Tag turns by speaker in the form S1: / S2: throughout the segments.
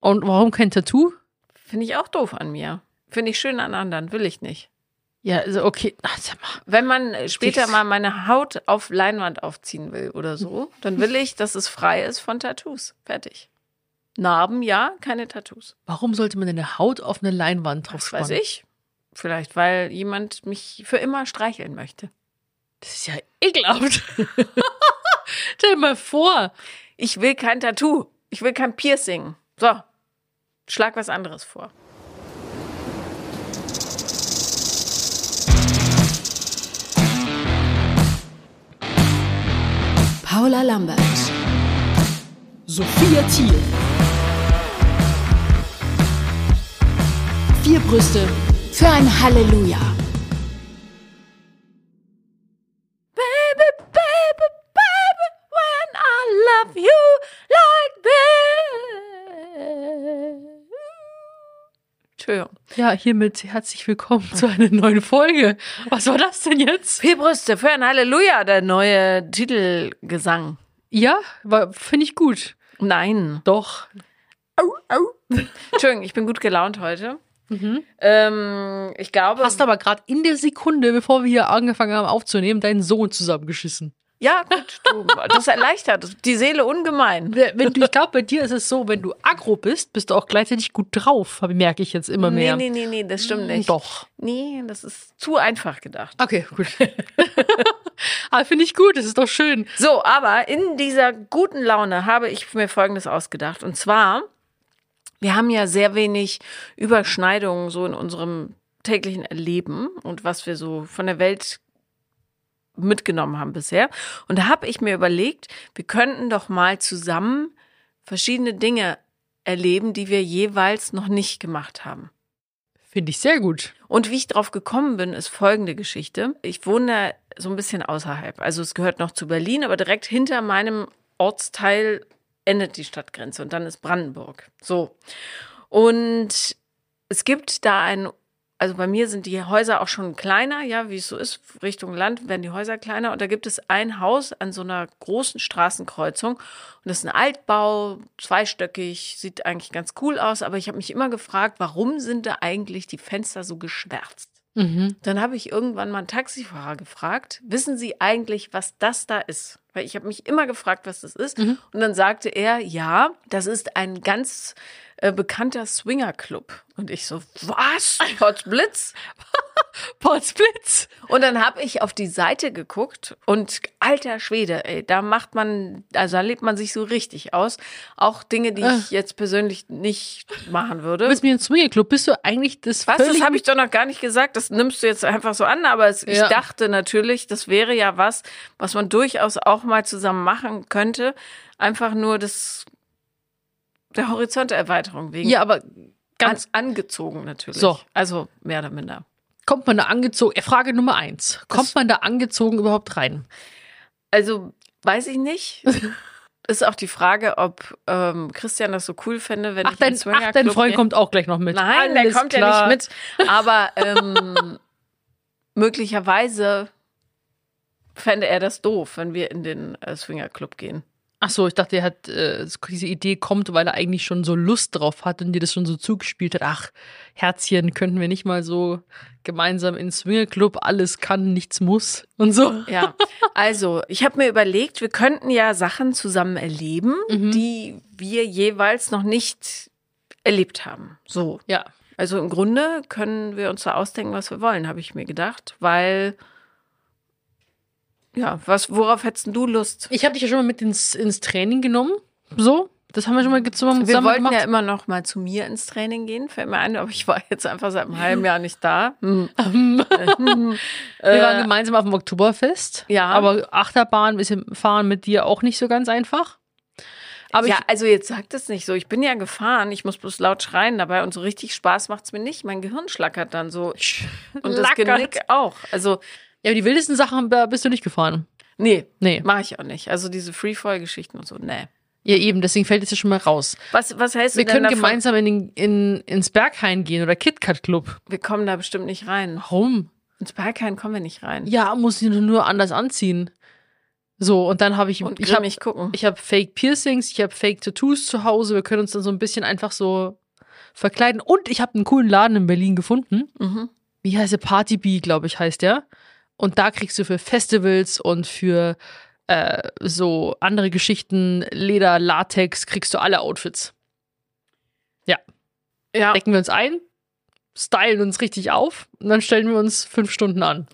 S1: Und warum kein Tattoo?
S2: Finde ich auch doof an mir. Finde ich schön an anderen, will ich nicht.
S1: Ja, also okay. Ach, sag mal.
S2: Wenn man später
S1: Dies-
S2: mal meine Haut auf Leinwand aufziehen will oder so, dann will ich, dass es frei ist von Tattoos. Fertig. Narben ja, keine Tattoos.
S1: Warum sollte man denn eine Haut auf eine Leinwand drauf
S2: Was weiß
S1: spannen?
S2: ich? Vielleicht, weil jemand mich für immer streicheln möchte.
S1: Das ist ja ekelhaft. Stell dir mal vor.
S2: Ich will kein Tattoo. Ich will kein Piercing. So, schlag was anderes vor.
S3: Paula Lambert. Sophia Thiel. Vier Brüste für ein Halleluja.
S2: Baby, baby, baby, when I love you like this. Entschuldigung.
S1: Ja, hiermit herzlich willkommen zu einer neuen Folge. Was war das denn jetzt?
S2: Vier Brüste für ein Halleluja, der neue Titelgesang.
S1: Ja, war- finde ich gut.
S2: Nein.
S1: Doch.
S2: Entschuldigung, ich bin gut gelaunt heute.
S1: Mhm.
S2: Ähm, ich glaube.
S1: Hast aber gerade in der Sekunde, bevor wir hier angefangen haben aufzunehmen, deinen Sohn zusammengeschissen.
S2: ja, gut, du, das erleichtert die Seele ungemein.
S1: Wenn du, ich glaube, bei dir ist es so, wenn du aggro bist, bist du auch gleichzeitig gut drauf, hab- merke ich jetzt immer mehr.
S2: Nee, nee, nee, nee, das stimmt nicht.
S1: Doch.
S2: Nee, das ist zu einfach gedacht.
S1: Okay, gut. aber finde ich gut, das ist doch schön.
S2: So, aber in dieser guten Laune habe ich mir Folgendes ausgedacht. Und zwar, wir haben ja sehr wenig Überschneidungen so in unserem täglichen Erleben und was wir so von der Welt mitgenommen haben bisher. Und da habe ich mir überlegt, wir könnten doch mal zusammen verschiedene Dinge erleben, die wir jeweils noch nicht gemacht haben.
S1: Finde ich sehr gut.
S2: Und wie ich drauf gekommen bin, ist folgende Geschichte. Ich wohne so ein bisschen außerhalb. Also es gehört noch zu Berlin, aber direkt hinter meinem Ortsteil endet die Stadtgrenze und dann ist Brandenburg. So. Und es gibt da ein, also bei mir sind die Häuser auch schon kleiner, ja, wie es so ist, Richtung Land werden die Häuser kleiner. Und da gibt es ein Haus an so einer großen Straßenkreuzung. Und das ist ein Altbau, zweistöckig, sieht eigentlich ganz cool aus. Aber ich habe mich immer gefragt, warum sind da eigentlich die Fenster so geschwärzt?
S1: Mhm.
S2: Dann habe ich irgendwann mal einen Taxifahrer gefragt, wissen Sie eigentlich, was das da ist? Weil ich habe mich immer gefragt, was das ist.
S1: Mhm.
S2: Und dann sagte er, ja, das ist ein ganz äh, bekannter Swingerclub. Und ich so, was? Potzblitz?
S1: Potzblitz.
S2: Und dann habe ich auf die Seite geguckt und alter Schwede, ey, da macht man, also da lebt man sich so richtig aus. Auch Dinge, die ich jetzt persönlich nicht machen
S1: Du
S2: würde.
S1: bist mir ein Swingerclub. Bist du eigentlich das
S2: Was?
S1: völlig-
S2: Das habe ich doch noch gar nicht gesagt. Das nimmst du jetzt einfach so an. Aber es, ich
S1: Ja.
S2: dachte natürlich, das wäre ja was, was man durchaus auch mal zusammen machen könnte. Einfach nur das der Horizonterweiterung wegen.
S1: Ja, aber ganz
S2: an, angezogen natürlich.
S1: So.
S2: Also mehr oder minder.
S1: kommt man da angezogen? Äh, Frage Nummer eins. Kommt
S2: Das-
S1: man da angezogen überhaupt rein?
S2: Also weiß ich nicht. Ist auch die Frage, ob ähm, Christian das so cool fände, wenn
S1: Ach,
S2: ich
S1: dein,
S2: ins
S1: ach, dein
S2: Swingerclub
S1: Freund
S2: gehe.
S1: kommt auch gleich noch mit.
S2: Nein,
S1: Alles
S2: der kommt
S1: klar.
S2: ja nicht mit. Aber ähm, möglicherweise fände er das doof, wenn wir in den äh, Swingerclub gehen.
S1: Ach so, ich dachte, er hat äh, diese Idee kommt, weil er eigentlich schon so Lust drauf hat und dir das schon so zugespielt hat. Ach, Herzchen, könnten wir nicht mal so gemeinsam in den Swingerclub, alles kann, nichts muss und so.
S2: Ja, also ich habe mir überlegt, wir könnten ja Sachen zusammen erleben,
S1: Mhm.
S2: die wir jeweils noch nicht erlebt haben. So,
S1: Ja.
S2: also im Grunde können wir uns da ausdenken, was wir wollen, habe ich mir gedacht, weil ja, was, worauf hättest denn du Lust?
S1: Ich habe dich ja schon mal mit ins, ins Training genommen. So, das haben wir schon mal ge- zusammen
S2: Wir
S1: zusammen
S2: wollten
S1: gemacht.
S2: ja immer noch mal zu mir ins Training gehen, fällt mir ein, aber ich war jetzt einfach seit einem halben Jahr nicht da. Hm.
S1: wir waren gemeinsam auf dem Oktoberfest.
S2: äh, Ja.
S1: Aber Achterbahn ist im Fahren mit dir auch nicht so ganz einfach. Aber
S2: ja,
S1: ich,
S2: also jetzt sagt es nicht so. Ich bin ja gefahren, ich muss bloß laut schreien dabei und so richtig Spaß macht's mir nicht. Mein Gehirn schlackert dann so und das
S1: Lackert.
S2: Genick auch. Also
S1: ja, die wildesten Sachen da bist du nicht gefahren.
S2: nee,
S1: Nee.
S2: mache ich auch nicht. Also diese Freefall-Geschichten und so, nee.
S1: Ja, eben, deswegen fällt es ja schon mal raus.
S2: Was, was hältst
S1: Wir
S2: du denn
S1: können
S2: davon?
S1: gemeinsam in den, in, ins Berghain gehen oder KitKat Club.
S2: Wir kommen da bestimmt nicht rein.
S1: Warum?
S2: Ins Balkan kommen wir nicht rein.
S1: Ja, muss ich nur anders anziehen. So, und dann habe ich,
S2: Und
S1: ich habe
S2: grimmig gucken.
S1: ich habe Fake Piercings, ich habe Fake Tattoos zu Hause. Wir können uns dann so ein bisschen einfach so verkleiden. Und ich habe einen coolen Laden in Berlin gefunden.
S2: Mhm.
S1: Wie heißt der? Party Bee, glaube ich, heißt der. Und da kriegst du für Festivals und für äh, so andere Geschichten, Leder, Latex, kriegst du alle Outfits.
S2: Ja,
S1: Decken wir uns ein, stylen uns richtig auf und dann stellen wir uns fünf Stunden an.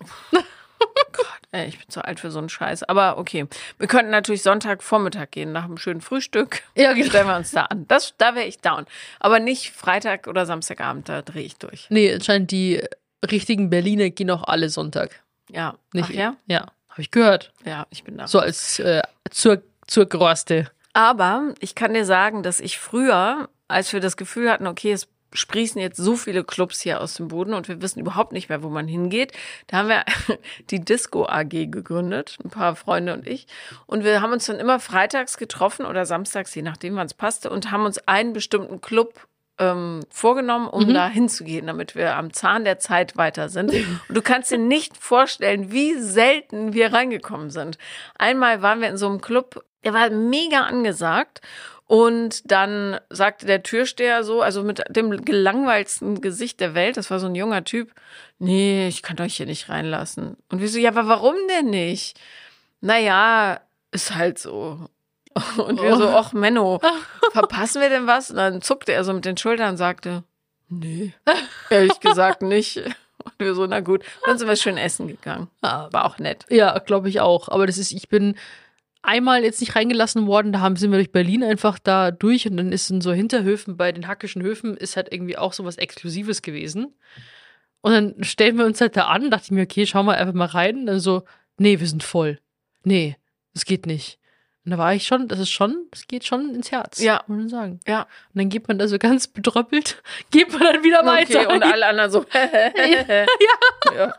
S2: Ey, ich bin zu alt für so einen Scheiß. Aber okay. Wir könnten natürlich Sonntagvormittag gehen, nach einem schönen Frühstück.
S1: Ja, genau.
S2: Stellen wir uns da an. Das, da wäre ich down. Aber nicht Freitag oder Samstagabend, da drehe ich durch.
S1: Nee, anscheinend die richtigen Berliner gehen auch alle Sonntag.
S2: Ja.
S1: Nicht
S2: Ach ja?
S1: Ja, habe ich gehört.
S2: Ja, ich bin da.
S1: So als äh, zur, zur Groste.
S2: Aber ich kann dir sagen, dass ich früher, als wir das Gefühl hatten, okay, es sprießen jetzt so viele Clubs hier aus dem Boden und wir wissen überhaupt nicht mehr, wo man hingeht, da haben wir die Disco AG gegründet, ein paar Freunde und ich. Und wir haben uns dann immer freitags getroffen oder samstags, je nachdem, wann es passte, und haben uns einen bestimmten Club ähm, vorgenommen, um da hinzugehen, damit wir am Zahn der Zeit weiter sind. Und du kannst dir nicht vorstellen, wie selten wir reingekommen sind. Einmal waren wir in so einem Club, der war mega angesagt. Und dann sagte der Türsteher so, also mit dem gelangweilsten Gesicht der Welt, das war so ein junger Typ, nee, ich kann euch hier nicht reinlassen. Und wir so, ja, aber warum denn nicht? Naja, ist halt so. Und wir so, ach Menno, verpassen wir denn was? Und dann zuckte er so mit den Schultern und sagte, nee, ehrlich gesagt nicht. Und wir so, na gut. Und dann sind wir schön essen gegangen. War auch nett.
S1: Ja, glaube ich auch. Aber das ist, ich bin einmal jetzt nicht reingelassen worden, da haben, sind wir durch Berlin einfach da durch und dann ist in so Hinterhöfen bei den Hackischen Höfen ist halt irgendwie auch so was Exklusives gewesen. Und dann stellen wir uns halt da an, dachte ich mir, okay, schauen wir einfach mal rein. Und dann so, nee, wir sind voll. Nee, das geht nicht. Und da war ich schon, das ist schon, das geht schon ins Herz.
S2: Ja.
S1: Muss man sagen.
S2: Ja.
S1: Und dann geht man da so ganz bedröppelt, geht man dann wieder
S2: Okay,
S1: weiter.
S2: und alle anderen so. ja. Ah, Aber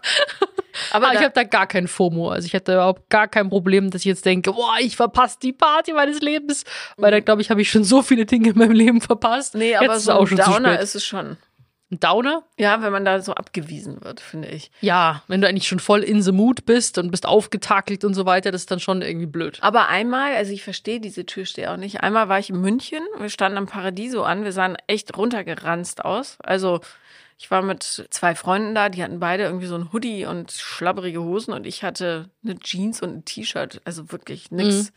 S1: Aber ich
S2: da,
S1: habe da gar kein FOMO. Also ich hatte überhaupt gar kein Problem, dass ich jetzt denke, boah, ich verpasse die Party meines Lebens. Weil da glaube ich, habe ich schon so viele Dinge in meinem Leben verpasst.
S2: nee,
S1: Jetzt
S2: aber
S1: ist
S2: so
S1: auch
S2: ein
S1: schon zu
S2: Downer
S1: spät.
S2: ist es schon.
S1: Ein Downer?
S2: Ja, wenn man da so abgewiesen wird, finde ich.
S1: Ja, wenn du eigentlich schon voll in the mood bist und bist aufgetakelt und so weiter, das ist dann schon irgendwie blöd.
S2: Aber einmal, also ich verstehe diese Türsteher auch nicht. Einmal war ich in München, wir standen am Paradiso an, wir sahen echt runtergeranzt aus. Also ich war mit zwei Freunden da, die hatten beide irgendwie so ein Hoodie und schlabberige Hosen und ich hatte eine Jeans und ein T-Shirt, also wirklich nix.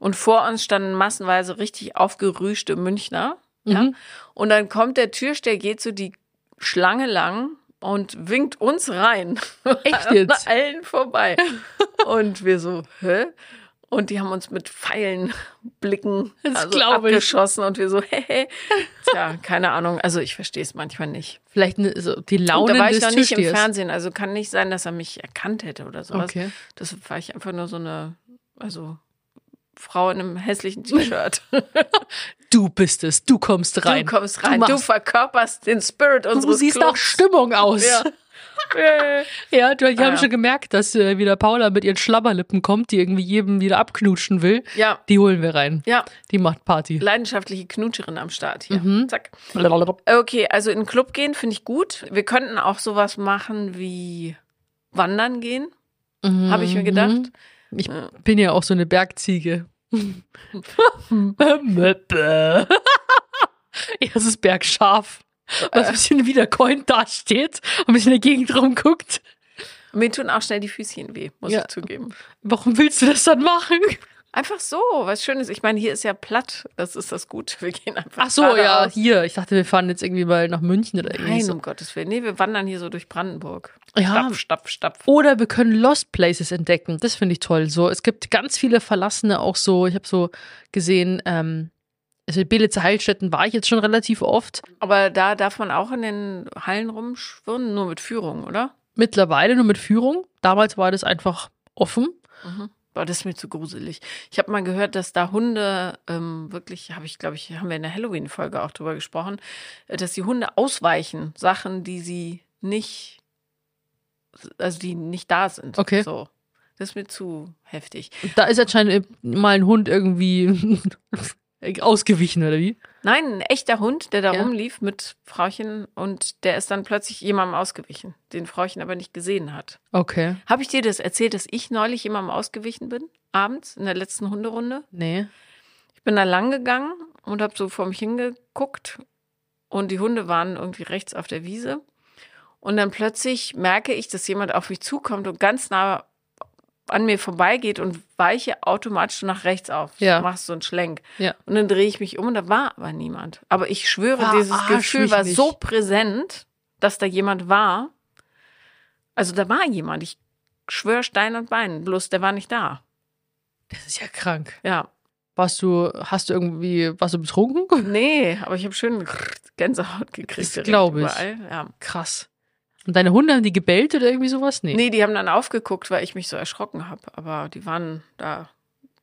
S2: Und vor uns standen massenweise richtig aufgerüschte Münchner. Ja?
S1: Mhm.
S2: Und dann kommt der Türsteher, geht so die Schlange lang und winkt uns rein.
S1: Echt jetzt?
S2: An allen vorbei. Und wir so, hä? Und die haben uns mit Pfeilen, Blicken
S1: Das
S2: also
S1: glaub ich.
S2: abgeschossen und wir so, hä? hä. Tja, keine Ahnung. Also ich verstehe es manchmal nicht.
S1: Vielleicht eine, so die
S2: Und
S1: Laune
S2: da war ich
S1: des
S2: noch nicht im
S1: Türstehers.
S2: Fernsehen, also kann nicht sein, dass er mich erkannt hätte oder sowas.
S1: Okay.
S2: Das war ich einfach nur so eine, also Frau in einem hässlichen T-Shirt.
S1: Du bist es, du kommst
S2: Du
S1: rein.
S2: kommst rein, du,
S1: machst-
S2: verkörperst den Spirit
S1: du
S2: unseres
S1: siehst nach
S2: Clubs.
S1: Stimmung aus.
S2: Ja.
S1: Ja, du, ich
S2: Ah,
S1: habe
S2: ja.
S1: schon gemerkt, dass äh, wieder Paula mit ihren Schlabberlippen kommt, die irgendwie jedem wieder abknutschen will.
S2: Ja.
S1: Die holen wir rein.
S2: ja,
S1: Die macht Party.
S2: leidenschaftliche Knutscherin am Start hier.
S1: Mhm.
S2: Zack.
S1: Blablabla.
S2: Okay, also in den Club gehen finde ich gut. Wir könnten auch sowas machen wie wandern gehen,
S1: Mhm.
S2: habe ich mir gedacht.
S1: Ich bin ja auch so eine Bergziege. Möppe. Erstes Bergschaf, was ein bisschen wiedercoint dasteht und ein bisschen in der Gegend rumguckt.
S2: Mir tun auch schnell die Füßchen weh, muss
S1: Ja.
S2: ich zugeben.
S1: Warum willst du das dann machen?
S2: Einfach so, was Schönes. Ich meine, hier ist ja platt. Das ist das Gute. Wir gehen einfach.
S1: Ach so, ja,
S2: geradeaus.
S1: hier. Ich dachte, wir fahren jetzt irgendwie mal nach München oder irgendwie
S2: Nein,
S1: so.
S2: um Gottes Willen. Nee, wir wandern hier so durch Brandenburg.
S1: Ja.
S2: Stapf, stapf, stapf.
S1: Oder wir können Lost Places entdecken. Das finde ich toll. So, es gibt ganz viele verlassene, auch so, ich habe so gesehen, ähm, also Belitzer Heilstätten war ich jetzt schon relativ oft.
S2: Aber da darf man auch in den Hallen rumschwirren, nur mit Führung, oder?
S1: Mittlerweile nur mit Führung. Damals war das einfach offen. Mhm.
S2: Boah, das ist mir zu gruselig. Ich habe mal gehört, dass da Hunde ähm, wirklich, habe ich, glaube ich, haben wir in der Halloween-Folge auch drüber gesprochen, äh, dass die Hunde ausweichen, Sachen, die sie nicht, also die nicht da sind.
S1: Okay.
S2: So. Das ist mir zu heftig.
S1: Da ist anscheinend mal ein Hund irgendwie ausgewichen, oder wie?
S2: Nein, ein echter Hund, der da
S1: Ja.
S2: rumlief mit Frauchen und der ist dann plötzlich jemandem ausgewichen, den Frauchen aber nicht gesehen hat.
S1: Okay.
S2: Habe ich dir das erzählt, dass ich neulich jemandem ausgewichen bin? abends in der letzten Hunderunde.
S1: Nee.
S2: Ich bin da lang gegangen und habe so vor mich hingeguckt und die Hunde waren irgendwie rechts auf der Wiese. Und dann plötzlich merke ich, dass jemand auf mich zukommt und ganz nah an mir vorbeigeht und weiche automatisch nach rechts auf.
S1: Ja.
S2: Machst so einen Schlenk.
S1: Ja.
S2: Und dann drehe ich mich um und da war aber niemand. Aber ich schwöre,
S1: Verarsch
S2: dieses Gefühl
S1: mich
S2: war
S1: nicht.
S2: so präsent, dass da jemand war. Also da war jemand. Ich schwöre Stein und Bein. Bloß der war nicht da.
S1: Das ist ja krank.
S2: Ja.
S1: Warst du, hast du irgendwie, warst du betrunken?
S2: Nee, aber ich habe schön Gänsehaut gekriegt.
S1: Das
S2: direkt
S1: glaub ich.
S2: überall. Ja.
S1: Krass. Und deine Hunde haben die gebellt oder irgendwie sowas? Nee.
S2: Nee, die haben dann aufgeguckt, weil ich mich so erschrocken habe. Aber die waren da,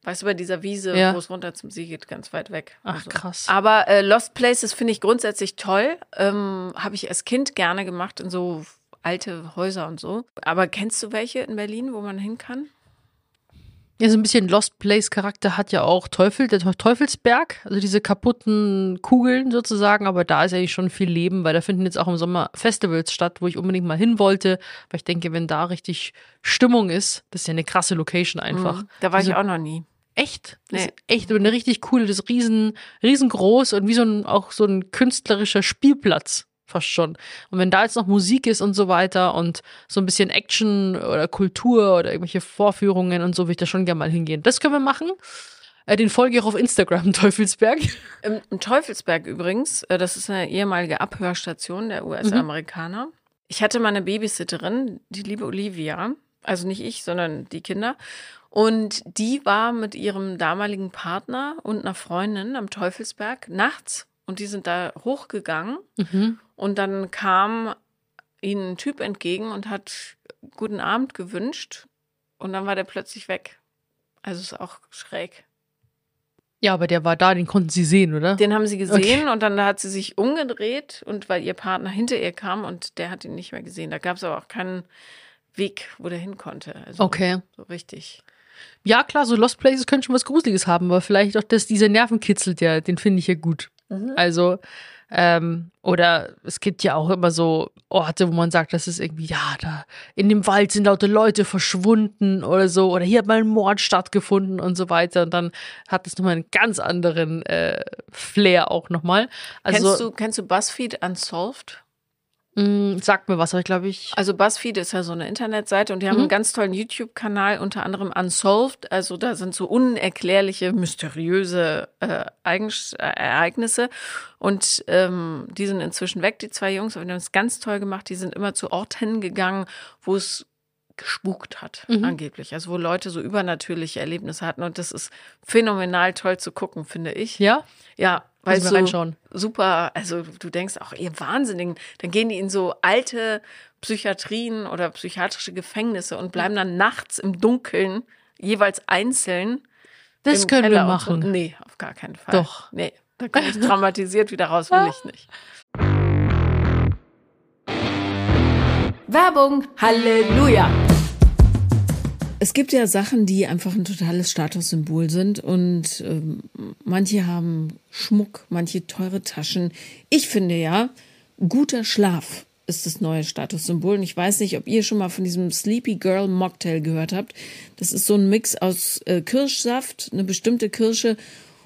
S2: weißt du, bei dieser Wiese,
S1: Ja.
S2: wo es runter zum See geht, ganz weit weg.
S1: Ach,
S2: Also.
S1: krass.
S2: Aber äh, Lost Places finde ich grundsätzlich toll. Ähm, habe ich als Kind gerne gemacht in so alte Häuser und so. Aber kennst du welche in Berlin, wo man hin kann?
S1: Ja, so ein bisschen Lost Place-Charakter hat ja auch Teufel, der Teu- Teufelsberg, also diese kaputten Kugeln sozusagen, aber da ist eigentlich schon viel Leben, weil da finden jetzt auch im Sommer Festivals statt, wo ich unbedingt mal hin wollte, weil ich denke, wenn da richtig Stimmung ist, das ist ja eine krasse Location einfach.
S2: Mhm. Da war ich
S1: Also-
S2: auch noch nie.
S1: Echt? Das
S2: Nee.
S1: ist echt aber eine richtig coole, das ist riesen, riesengroß und wie so ein, auch so ein künstlerischer Spielplatz fast schon. Und wenn da jetzt noch Musik ist und so weiter und so ein bisschen Action oder Kultur oder irgendwelche Vorführungen und so, würde ich da schon gerne mal hingehen. Das können wir machen. Äh, den folge ich auch auf Instagram, Teufelsberg.
S2: Im, Im Teufelsberg übrigens, äh, das ist eine ehemalige Abhörstation der US-Amerikaner. Ich hatte mal eine Babysitterin, die liebe Olivia, also nicht ich, sondern die Kinder. Und die war mit ihrem damaligen Partner und einer Freundin am Teufelsberg nachts und die sind da hochgegangen und dann kam ihnen ein Typ entgegen und hat guten Abend gewünscht und dann war der plötzlich weg. Also ist auch schräg.
S1: Ja, aber der war da, den konnten sie sehen, oder?
S2: Den haben sie gesehen und dann hat sie sich umgedreht und weil ihr Partner hinter ihr kam und der hat ihn nicht mehr gesehen. Da gab es aber auch keinen Weg, wo der hin konnte. Also
S1: okay.
S2: So richtig.
S1: Ja, klar, so Lost Places können schon was Gruseliges haben, aber vielleicht auch das, dieser Nervenkitzel, der, den finde ich ja gut. Also, ähm, oder es gibt ja auch immer so Orte, wo man sagt, das ist irgendwie, ja, da in dem Wald sind lauter Leute verschwunden oder so, oder hier hat mal ein Mord stattgefunden und so weiter. Und dann hat es nochmal einen ganz anderen äh, Flair auch nochmal.
S2: kennst,
S1: Also,
S2: du, kennst du BuzzFeed Unsolved?
S1: mh, sagt mm, mir was, aber ich glaube, ich.
S2: Also BuzzFeed ist ja so eine Internetseite und die haben
S1: Mhm.
S2: einen ganz tollen YouTube-Kanal, unter anderem Unsolved. Also da sind so unerklärliche, mysteriöse äh, Eigens- äh, Ereignisse. Und ähm, die sind inzwischen weg, die zwei Jungs, aber die haben es ganz toll gemacht. Die sind immer zu Orten gegangen, wo es gespukt hat,
S1: Mhm.
S2: angeblich. Also wo Leute so übernatürliche Erlebnisse hatten. Und das ist phänomenal toll zu gucken, finde ich.
S1: Ja?
S2: Ja, weil
S1: Müssen wir
S2: so
S1: reinschauen.
S2: super, also du denkst auch, ihr Wahnsinnigen, dann gehen die in so alte Psychiatrien oder psychiatrische Gefängnisse und bleiben dann nachts im Dunkeln jeweils einzeln.
S1: Das
S2: im
S1: können wir
S2: Keller und So.
S1: machen.
S2: Nee, auf gar keinen Fall.
S1: Doch. Ah.
S2: Nee, da komme ich traumatisiert wieder raus, will ich nicht.
S3: Werbung. Halleluja.
S2: Es gibt ja Sachen, die einfach ein totales Statussymbol sind und ähm, manche haben Schmuck, manche teure Taschen. Ich finde ja, guter Schlaf ist das neue Statussymbol und ich weiß nicht, ob ihr schon mal von diesem Sleepy Girl Mocktail gehört habt. Das ist so ein Mix aus äh, Kirschsaft, eine bestimmte Kirsche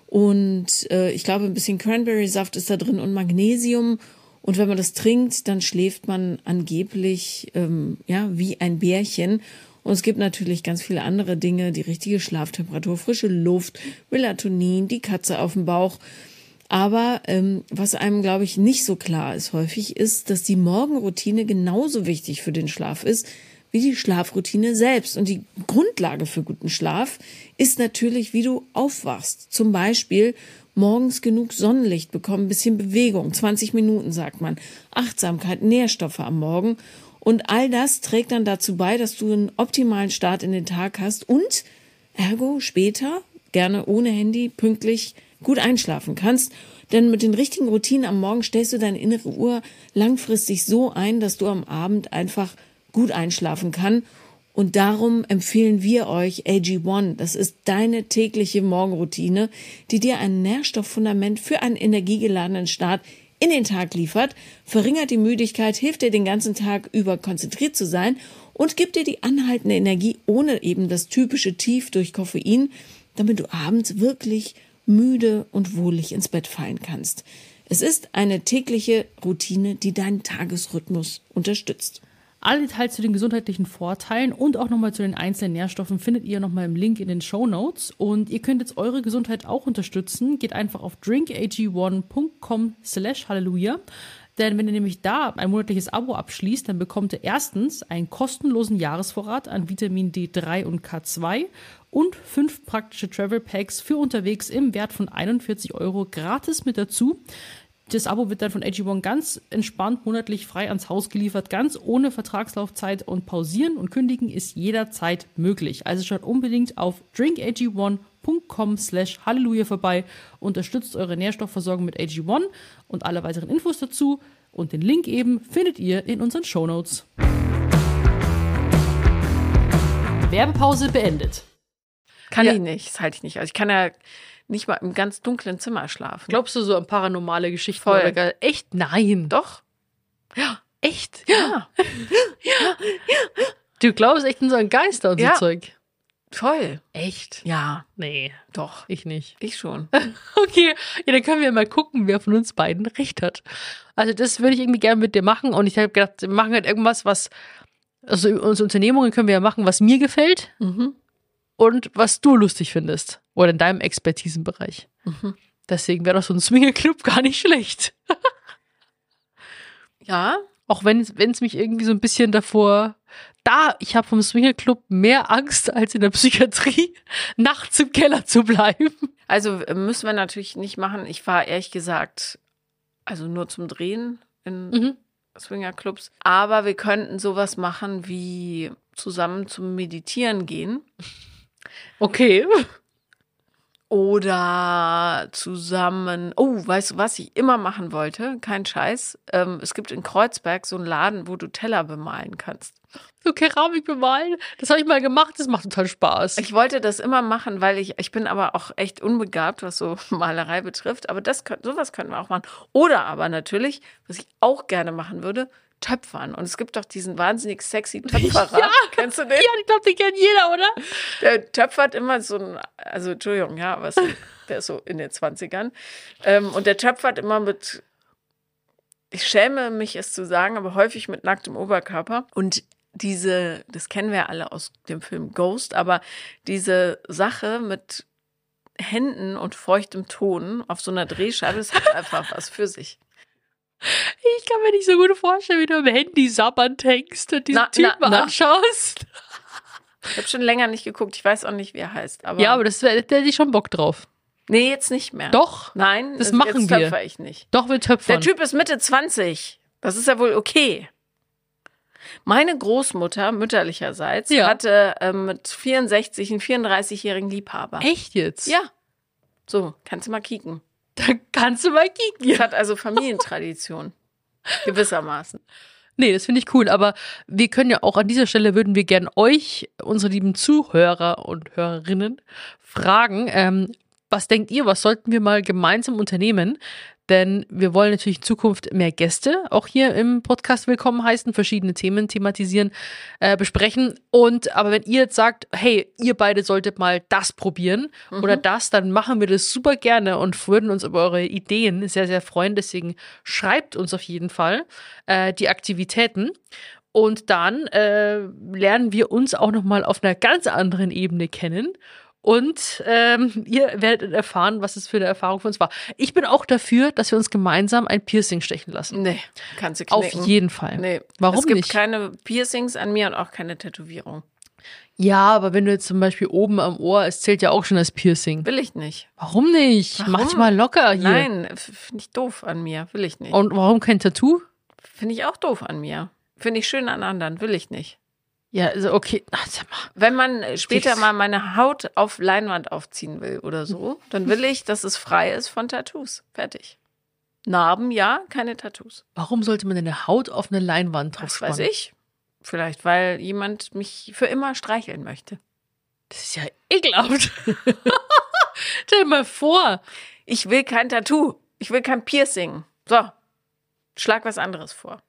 S2: und äh, ich glaube ein bisschen Cranberry-Saft ist da drin und Magnesium. Und wenn man das trinkt, dann schläft man angeblich ähm, ja wie ein Bärchen. Und es gibt natürlich ganz viele andere Dinge, die richtige Schlaftemperatur, frische Luft, Melatonin, die Katze auf dem Bauch. Aber ähm, was einem, glaube ich, nicht so klar ist häufig, ist, dass die Morgenroutine genauso wichtig für den Schlaf ist wie die Schlafroutine selbst. Und die Grundlage für guten Schlaf ist natürlich, wie du aufwachst. Zum Beispiel morgens genug Sonnenlicht bekommen, ein bisschen Bewegung, 20 Minuten sagt man, Achtsamkeit, Nährstoffe am Morgen. Und all das trägt dann dazu bei, dass du einen optimalen Start in den Tag hast und ergo später, gerne ohne Handy, pünktlich gut einschlafen kannst. Denn mit den richtigen Routinen am Morgen stellst du deine innere Uhr langfristig so ein, dass du am Abend einfach gut einschlafen kann. Und darum empfehlen wir euch AG1. Das ist deine tägliche Morgenroutine, die dir ein Nährstofffundament für einen energiegeladenen Start in den Tag liefert, verringert die Müdigkeit, hilft dir den ganzen Tag über konzentriert zu sein und gibt dir die anhaltende Energie ohne eben das typische Tief durch Koffein, damit du abends wirklich müde und wohlig ins Bett fallen kannst. Es ist eine tägliche Routine, die deinen Tagesrhythmus unterstützt.
S4: Alle Details zu den gesundheitlichen Vorteilen und auch nochmal zu den einzelnen Nährstoffen findet ihr nochmal im Link in den Show Notes. Und ihr könnt jetzt eure Gesundheit auch unterstützen. Geht einfach auf drinkag1.com slash halleluja. Denn wenn ihr nämlich da ein monatliches Abo abschließt, dann bekommt ihr erstens einen kostenlosen Jahresvorrat an Vitamin D3 und K2 und fünf praktische Travel Packs für unterwegs im Wert von 41 Euro gratis mit dazu. Das Abo wird dann von AG1 ganz entspannt monatlich frei ans Haus geliefert, ganz ohne Vertragslaufzeit und pausieren und kündigen ist jederzeit möglich. Also schaut unbedingt auf drinkag1.com slash halleluja vorbei, unterstützt eure Nährstoffversorgung mit AG1 und alle weiteren Infos dazu und den Link eben findet ihr in unseren Shownotes. Werbepause beendet.
S2: Kann
S1: Ja.
S2: ich nicht, das halte ich nicht. Also ich kann ja nicht mal im ganz dunklen Zimmer schlafen.
S1: Glaubst du so an paranormale Geschichten?
S2: Voll.
S1: Oder gar, echt? Nein.
S2: Doch.
S1: Echt? Ja. Du glaubst echt an so ein Geister und
S2: Ja.
S1: so Zeug?
S2: Toll.
S1: Echt?
S2: Ja,
S1: Nee,
S2: doch.
S1: ich nicht.
S2: Ich schon.
S1: Okay, ja, dann können wir mal gucken, wer von uns beiden recht hat. Also das würde ich irgendwie gerne mit dir machen und ich habe gedacht, wir machen halt irgendwas, was, also unsere Unternehmungen können wir ja machen, was mir gefällt
S2: Mhm.
S1: und was du lustig findest oder in deinem Expertisenbereich.
S2: Mhm.
S1: Deswegen wäre doch so ein Swingerclub gar nicht schlecht.
S2: Ja,
S1: Auch wenn es mich irgendwie so ein bisschen davor, da, ich habe vom Swingerclub mehr Angst als in der Psychiatrie, nachts im Keller zu bleiben.
S2: also äh, müssen wir natürlich nicht machen. Ich war ehrlich gesagt, also nur zum Drehen in
S1: Mhm.
S2: Swingerclubs. Aber wir könnten sowas machen wie zusammen zum Meditieren gehen
S1: Okay.
S2: oder zusammen. Oh, weißt du, was ich immer machen wollte? Kein Scheiß. Ähm, es gibt in Kreuzberg so einen Laden, wo du Teller bemalen kannst.
S1: So Keramik bemalen, das habe ich mal gemacht, das macht total Spaß.
S2: Ich wollte das immer machen, weil ich, ich bin aber auch echt unbegabt, was so Malerei betrifft. Aber das könnt, sowas könnten wir auch machen. Oder aber natürlich, was ich auch gerne machen würde, Töpfern. Und es gibt doch diesen wahnsinnig sexy Töpferer.
S1: Ja.
S2: Kennst du den?
S1: Ja, ich glaube, den kennt jeder, oder?
S2: Der töpfert immer so ein, also Entschuldigung, ja, aber es- der ist so in den 20ern. Ähm, und der töpfert immer mit, ich schäme mich es zu sagen, aber häufig mit nacktem Oberkörper. Und diese, das kennen wir ja alle aus dem Film Ghost, aber diese Sache mit Händen und feuchtem Ton auf so einer Drehscheibe, das hat einfach was für sich.
S1: Ich kann mir nicht so gut vorstellen, wie du am Handy sabbernd hängst und diesen
S2: Na, na,
S1: Typen
S2: na.
S1: anschaust.
S2: Ich habe schon länger nicht geguckt, ich weiß auch nicht, wie er heißt. Aber,
S1: Ja, aber das wär, da hätte ich schon Bock drauf.
S2: nee, jetzt nicht mehr.
S1: Doch,
S2: Nein, also
S1: Das
S2: jetzt
S1: machen wir.
S2: töpfer ich nicht.
S1: doch, wir
S2: Der
S1: töpfern.
S2: Typ ist Mitte 20. Das ist ja wohl okay. Meine Großmutter, mütterlicherseits,
S1: Ja.
S2: hatte ähm, mit 64 einen 34-jährigen Liebhaber.
S1: Echt jetzt?
S2: Ja. So, kannst du mal kicken.
S1: Da kannst du mal kicken.
S2: Das hat also Familientradition. Gewissermaßen.
S1: Nee, das finde ich cool, aber wir können ja auch an dieser Stelle würden wir gern euch, unsere lieben Zuhörer und Hörerinnen, fragen, ähm, was denkt ihr, was sollten wir mal gemeinsam unternehmen? Denn wir wollen natürlich in Zukunft mehr Gäste auch hier im Podcast willkommen heißen, verschiedene Themen thematisieren, äh, besprechen. Und aber wenn ihr jetzt sagt, hey, ihr beide solltet mal das probieren oder das, dann machen wir das super gerne und würden uns über eure Ideen sehr, sehr freuen. Deswegen schreibt uns auf jeden Fall äh, die Aktivitäten. Und dann äh, lernen wir uns auch nochmal auf einer ganz anderen Ebene kennen. Und ähm, ihr werdet erfahren, was es für eine Erfahrung für uns war. Ich bin auch dafür, dass wir uns gemeinsam ein Piercing stechen lassen.
S2: Nee, kannst du
S1: Auf
S2: knicken.
S1: jeden Fall.
S2: Nee.
S1: Warum
S2: es gibt
S1: nicht?
S2: keine Piercings an mir und auch keine Tätowierung.
S1: Ja, aber wenn du jetzt zum Beispiel oben am Ohr, es zählt ja auch schon als Piercing.
S2: Will ich nicht.
S1: Warum nicht? Mach dich
S2: Warum?
S1: mal locker hier.
S2: Nein, f- finde ich doof an mir. Will ich nicht.
S1: Und warum kein Tattoo?
S2: Finde ich auch doof an mir. Finde ich schön an anderen. Will ich nicht.
S1: Ja, also okay. Ach, sag mal.
S2: Wenn man äh, später
S1: Dies-
S2: mal meine Haut auf Leinwand aufziehen will oder so, dann will ich, dass es frei ist von Tattoos. Fertig. Narben ja, keine Tattoos.
S1: Warum sollte man eine Haut auf eine Leinwand
S2: Was
S1: draufspannen?
S2: weiß ich? Vielleicht, weil jemand mich für immer streicheln möchte.
S1: Das ist ja ekelhaft. Stell dir mal vor.
S2: Ich will kein Tattoo. Ich will kein Piercing. So, schlag was anderes vor.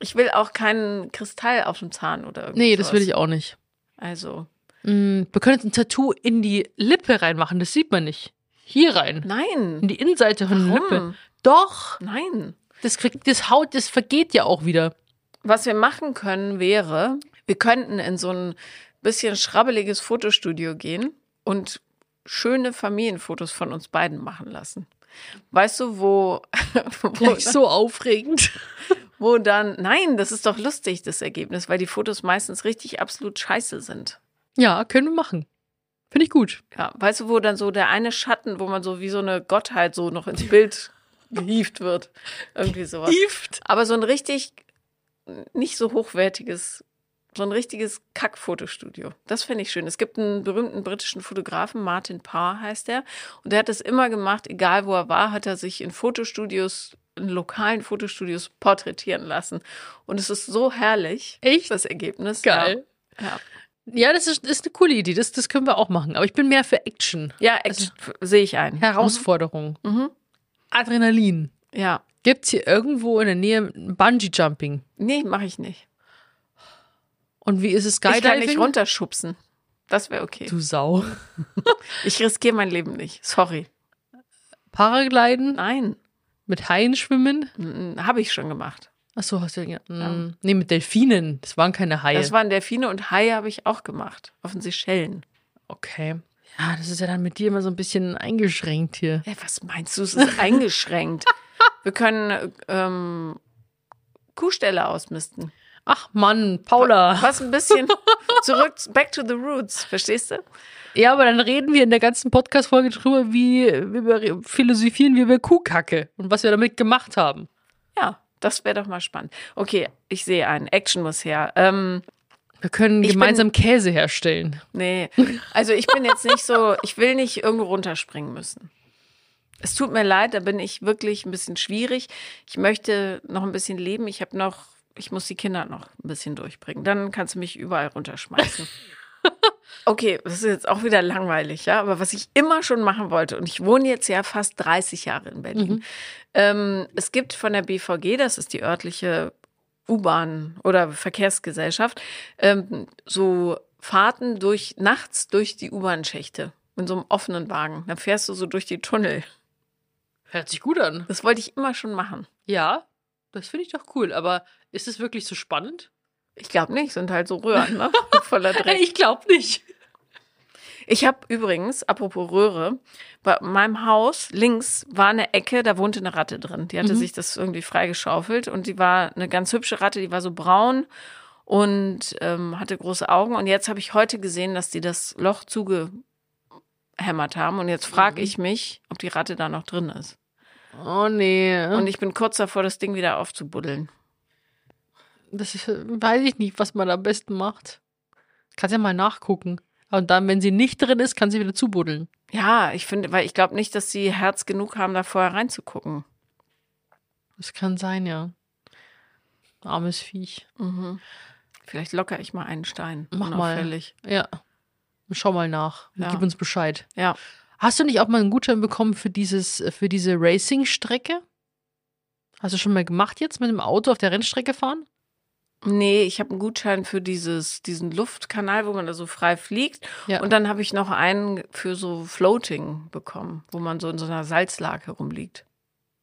S2: Ich will auch keinen Kristall auf dem Zahn oder irgendwas.
S1: Nee, das will ich auch nicht.
S2: Also,
S1: Mm, Wir können jetzt ein Tattoo in die Lippe reinmachen, das sieht man nicht. Hier rein. In
S2: nein.
S1: die Innenseite von der
S2: Warum?
S1: Lippe. Doch,
S2: Nein.
S1: das, kriegt- das Haut, das vergeht ja auch wieder.
S2: Was wir machen können, wäre, wir könnten in so ein bisschen schrabbeliges Fotostudio gehen und schöne Familienfotos von uns beiden machen lassen. Weißt du, wo, wo,
S1: Gleich so aufregend.
S2: wo dann, nein, das ist doch lustig, das Ergebnis, weil die Fotos meistens richtig absolut scheiße sind.
S1: Ja, können wir machen. Finde ich gut.
S2: Ja, weißt du, wo dann so der eine Schatten, wo man so wie so eine Gottheit so noch ins Bild gehievt wird. Irgendwie sowas.
S1: Gift.
S2: Aber so ein richtig, nicht so hochwertiges, so ein richtiges Kack-Fotostudio. Das fände ich schön. Es gibt einen berühmten britischen Fotografen, Martin Parr heißt er. Und der hat das immer gemacht, egal wo er war, hat er sich in Fotostudios, in lokalen Fotostudios porträtieren lassen. Und es ist so herrlich.
S1: Echt?
S2: Das Ergebnis.
S1: Geil.
S2: Ja, ja.
S1: Ja, das ist, ist eine coole Idee. Das, das können wir auch machen. Aber ich bin mehr für Action.
S2: ja
S1: Also
S2: ex- sehe ich ein.
S1: Herausforderung.
S2: Mhm.
S1: Adrenalin.
S2: Ja.
S1: Gibt's hier irgendwo in der Nähe Bungee-Jumping?
S2: Nee, mache ich nicht.
S1: Und wie ist es
S2: Ich kann
S1: Skydiving?
S2: nicht runterschubsen. Das wäre okay.
S1: Du Sau.
S2: Ich riskiere mein Leben nicht. Sorry.
S1: Paragliden?
S2: Nein.
S1: Mit Haien schwimmen?
S2: Habe ich schon gemacht.
S1: Achso, hast du ja. Mm, nee, mit Delfinen. Das waren keine Haie.
S2: Das waren Delfine und Haie habe ich auch gemacht. Auf den Seychellen.
S1: okay. Ja, das ist ja dann mit dir immer so ein bisschen eingeschränkt hier.
S2: Hä, was meinst du? Es ist eingeschränkt. Wir können äh, ähm, Kuhställe ausmisten.
S1: Ach Mann, Paula.
S2: Was ein bisschen zurück, back to the roots. Verstehst du?
S1: Ja, aber dann reden wir in der ganzen Podcast-Folge drüber, wie, wie wir philosophieren wir über Kuhkacke und was wir damit gemacht haben.
S2: Ja, das wäre doch mal spannend. Okay, ich sehe einen. Action muss her. Ähm,
S1: Wir können
S2: Ich bin-
S1: gemeinsam Käse herstellen.
S2: nee, also ich bin jetzt nicht so, ich will nicht irgendwo runterspringen müssen. Es tut mir leid, da bin ich wirklich ein bisschen schwierig. Ich möchte noch ein bisschen leben. Ich habe noch, ich muss die Kinder noch ein bisschen durchbringen. Dann kannst du mich überall runterschmeißen. Okay, das ist jetzt auch wieder langweilig, ja. Aber was ich immer schon machen wollte, und ich wohne jetzt ja fast 30 Jahre in Berlin, ähm, es gibt von der BVG, das ist die örtliche U-Bahn oder Verkehrsgesellschaft, ähm, so Fahrten durch nachts durch die U-Bahn-Schächte in so einem offenen Wagen. Dann fährst du so durch die Tunnel.
S1: Hört sich gut an.
S2: Das wollte ich immer schon machen.
S1: Ja, das finde ich doch cool. Aber ist es wirklich so spannend?
S2: Ich glaube nicht, sind halt so Röhren, ne? Voller Dreck.
S1: Ich glaube nicht.
S2: Ich habe übrigens, apropos Röhre, bei meinem Haus links war eine Ecke, da wohnte eine Ratte drin. Die
S1: Mhm.
S2: hatte sich das irgendwie freigeschaufelt und die war eine ganz hübsche Ratte, die war so braun und ähm, hatte große Augen. Und jetzt habe ich heute gesehen, dass die das Loch zugehämmert haben. Und jetzt frage
S1: Mhm.
S2: ich mich, ob die Ratte da noch drin ist.
S1: Oh nee.
S2: Und ich bin kurz davor, das Ding wieder aufzubuddeln.
S1: das ist, weiß ich nicht, was man am besten macht. Kannst ja mal nachgucken. Und dann, wenn sie nicht drin ist, kann sie wieder zubuddeln.
S2: Ja, ich finde, weil ich glaube nicht, dass sie Herz genug haben, da vorher reinzugucken.
S1: Das kann sein, ja. Armes Viech.
S2: Mhm. Vielleicht locker ich mal einen Stein.
S1: Mach mal.
S2: Unauffällig.
S1: Ja. Schau mal nach. und
S2: Ja.
S1: Gib uns Bescheid.
S2: Ja.
S1: Hast du nicht auch mal einen Gutschein bekommen für dieses, für diese Racing-Strecke? Hast du schon mal gemacht jetzt mit dem Auto auf der Rennstrecke fahren?
S2: Nee, ich habe einen Gutschein für dieses, diesen Luftkanal, wo man da so frei fliegt.
S1: Ja.
S2: Und dann habe ich noch einen für so Floating bekommen, wo man so in so einer Salzlake rumliegt.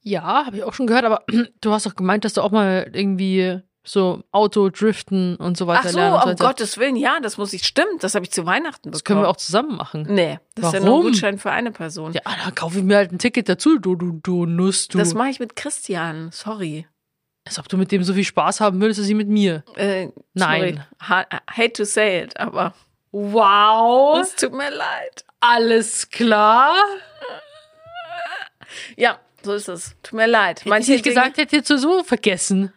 S1: Ja, habe ich auch schon gehört, aber du hast doch gemeint, dass du auch mal irgendwie so Auto driften und so weiter
S2: Ach so,
S1: lernen
S2: um
S1: sollst.
S2: Gottes Willen, ja, das muss ich, stimmt, das habe ich zu Weihnachten bekommen.
S1: Das können wir auch zusammen machen.
S2: Nee, das ist ja nur ein
S1: Warum?
S2: Gutschein für eine Person.
S1: Ja, dann kaufe ich mir halt ein Ticket dazu, du, du, du Nuss, du.
S2: Das mache ich mit Christian, sorry.
S1: Als ob du mit dem so viel Spaß haben würdest, als ich mit mir.
S2: Äh,
S1: Nein.
S2: Sorry. Ha- Hate to say it, aber
S1: Wow,
S2: es tut mir leid.
S1: alles klar.
S2: Ja, so ist es. Tut mir leid.
S1: Hätte ich nicht
S2: Dinge-
S1: gesagt, hätte ich jetzt so vergessen.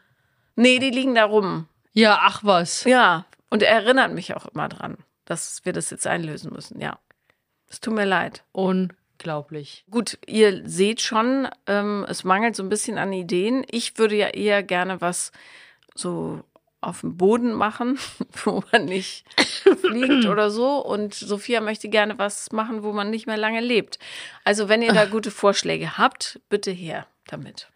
S2: Nee, die liegen da rum.
S1: Ja, ach was.
S2: Ja, und er erinnert mich auch immer dran, dass wir das jetzt einlösen müssen, ja. Es tut mir leid.
S1: Unglaublich.
S2: Gut, ihr seht schon, ähm, es mangelt so ein bisschen an Ideen. Ich würde ja eher gerne was so auf dem Boden machen, wo man nicht fliegt oder so. Und Sophia möchte gerne was machen, wo man nicht mehr lange lebt. Also wenn ihr da gute Vorschläge habt, bitte her damit.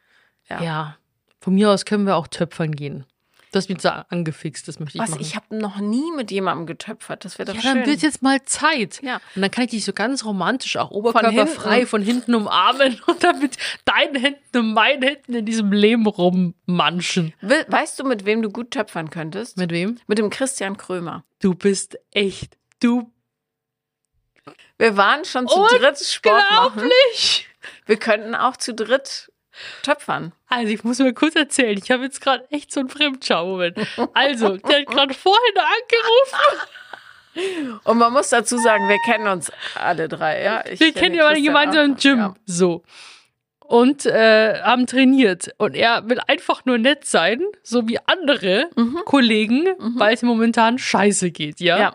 S2: Ja.
S1: Ja. Von mir aus können wir auch töpfern gehen. Das wird so angefixt, das möchte ich
S2: Was,
S1: machen.
S2: ich habe noch nie mit jemandem getöpfert. Das wäre doch
S1: ja,
S2: schön.
S1: dann wird jetzt mal Zeit.
S2: Ja.
S1: Und dann kann ich dich so ganz romantisch auch
S2: hinten.
S1: oberkörperfrei von hinten umarmen und dann mit deinen Händen und meinen Händen in diesem Lehm rummanschen.
S2: We weißt du, mit wem du gut töpfern könntest?
S1: Mit wem?
S2: mit dem Christian Krömer.
S1: Du bist echt. Du
S2: Wir waren schon zu dritt Sport machen.
S1: unglaublich.
S2: Wir könnten auch zu dritt töpfern.
S1: Also ich muss mir kurz erzählen, ich habe jetzt gerade echt so einen Fremdschau-Moment. Also, der hat gerade vorhin angerufen.
S2: Und man muss dazu sagen, wir kennen uns alle drei. Ja? Ich
S1: Wir kennen ja mal den
S2: Christian
S1: gemeinsamen
S2: auch.
S1: Gym.
S2: Ja.
S1: So. Und äh, haben trainiert. Und er will einfach nur nett sein, so wie andere Kollegen, weil es ihm momentan scheiße geht, ja.
S2: Mhm. Ja.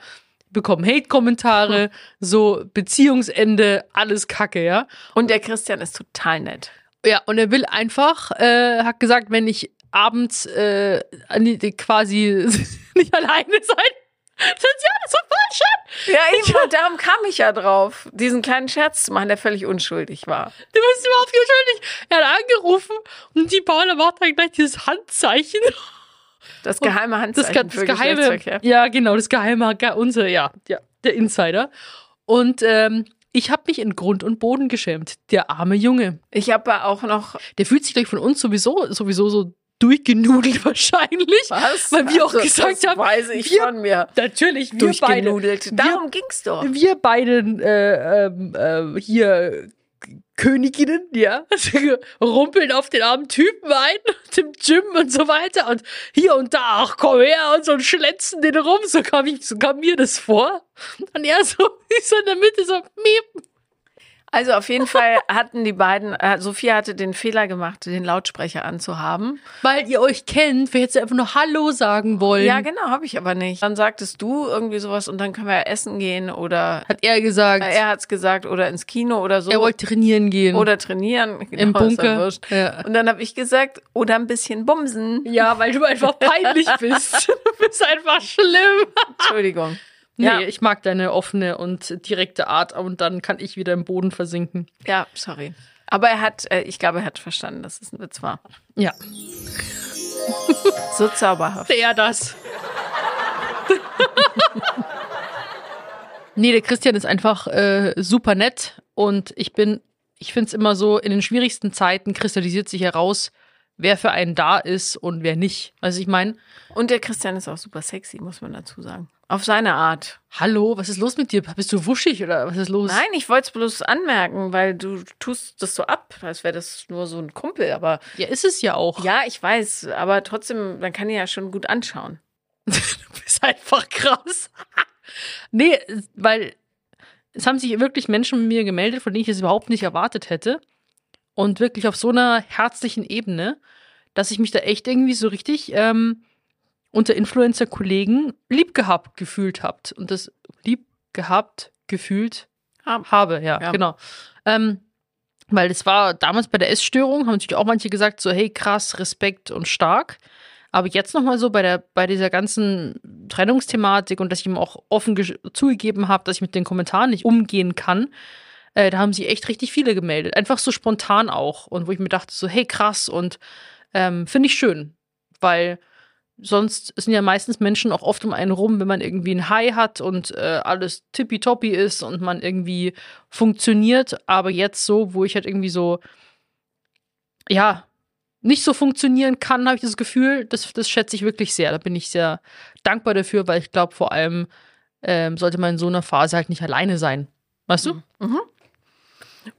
S1: Bekommen Hate-Kommentare, so Beziehungsende, alles Kacke, ja.
S2: Und der Christian ist total nett.
S1: Ja, und er will einfach, äh, hat gesagt, wenn ich abends äh, an die- die- quasi nicht alleine sein, das ist ja alles so falsch.
S2: Ja, eben, darum kam ich ja drauf, diesen kleinen Scherz zu machen, der völlig unschuldig war.
S1: Du bist überhaupt nicht schuldig. Er hat angerufen und die Paula macht dann gleich dieses Handzeichen.
S2: Das geheime
S1: Das,
S2: Handzeichen
S1: das
S2: für
S1: geheime.
S2: Geschlechtsverkehr.
S1: Ja, genau, das geheime, ge- unsere, ja, ja, der Insider. Und ähm, ich habe mich in Grund und Boden geschämt. Der arme Junge.
S2: Ich habe auch noch
S1: Der fühlt sich gleich von uns sowieso, sowieso so durchgenudelt wahrscheinlich.
S2: was,
S1: Weil wir auch
S2: Also,
S1: gesagt
S2: das
S1: haben,
S2: weiß ich
S1: wir-
S2: von mir.
S1: Natürlich, wir beide.
S2: Durchgenudelt. Darum ging's doch.
S1: wir beiden äh, ähm, äh, hier K- Königinnen, ja, rumpeln auf den armen Typen ein und im Gym und so weiter und hier und da, ach komm her und so und schlätzen den rum, so kam, ich, so kam mir das vor. Und er so, ich so in der Mitte so, miep.
S2: Also auf jeden Fall hatten die beiden, äh, Sophia hatte den Fehler gemacht, den Lautsprecher anzuhaben.
S1: Weil ihr euch kennt, wir jetzt einfach nur Hallo sagen wollen.
S2: Ja, genau, habe ich aber nicht. Dann sagtest du irgendwie sowas und dann können wir ja essen gehen oder
S1: hat er gesagt,
S2: er hat's gesagt oder ins Kino oder so.
S1: er wollte trainieren gehen.
S2: oder trainieren. Genau,
S1: Im
S2: ist ja
S1: Bunker.
S2: wurscht.
S1: Ja.
S2: Und dann habe ich gesagt, oder ein bisschen bumsen.
S1: ja, weil du einfach peinlich bist. Du bist einfach schlimm.
S2: Entschuldigung.
S1: Nee,
S2: Ja.
S1: ich mag deine offene und direkte Art und dann kann ich wieder im Boden versinken.
S2: Ja, sorry. Aber er hat, äh, ich glaube, er hat verstanden, dass es ein Witz war.
S1: Ja.
S2: So zauberhaft.
S1: Der das. nee, der Christian ist einfach äh, super nett und ich bin, ich finde es immer so, in den schwierigsten Zeiten kristallisiert sich heraus, wer für einen da ist und wer nicht. Also ich meine,
S2: Und der Christian ist auch super sexy, muss man dazu sagen. Auf seine Art.
S1: hallo, was ist los mit dir? Bist du wuschig oder was ist los?
S2: Nein, ich wollte es bloß anmerken, weil du tust das so ab, als wäre das nur so ein Kumpel. Aber
S1: Ja, ist es ja auch.
S2: ja, ich weiß, aber trotzdem, man kann ihn ja schon gut anschauen.
S1: Du bist einfach krass. nee, weil es haben sich wirklich Menschen mit mir gemeldet, von denen ich es überhaupt nicht erwartet hätte. Und wirklich auf so einer herzlichen Ebene, dass ich mich da echt irgendwie so richtig ähm, unter Influencer-Kollegen lieb gehabt gefühlt habt. Und das lieb gehabt gefühlt
S2: Hab.
S1: habe, ja,
S2: Ja.
S1: genau. Ähm, weil es war damals bei der Essstörung, haben natürlich auch manche gesagt, so hey, krass, Respekt und stark. Aber jetzt nochmal so bei, der, bei dieser ganzen Trennungsthematik und dass ich ihm auch offen gesch- zugegeben habe, dass ich mit den Kommentaren nicht umgehen kann, äh, da haben sich echt richtig viele gemeldet. Einfach so spontan auch. Und wo ich mir dachte, so hey, krass und ähm, finde ich schön, weil sonst sind ja meistens Menschen auch oft um einen rum, wenn man irgendwie ein High hat und äh, alles tippitoppi ist und man irgendwie funktioniert. Aber jetzt so, wo ich halt irgendwie so, ja, nicht so funktionieren kann, habe ich das Gefühl, das, das schätze ich wirklich sehr. Da bin ich sehr dankbar dafür, weil ich glaube, vor allem ähm, sollte man in so einer Phase halt nicht alleine sein. Weißt du?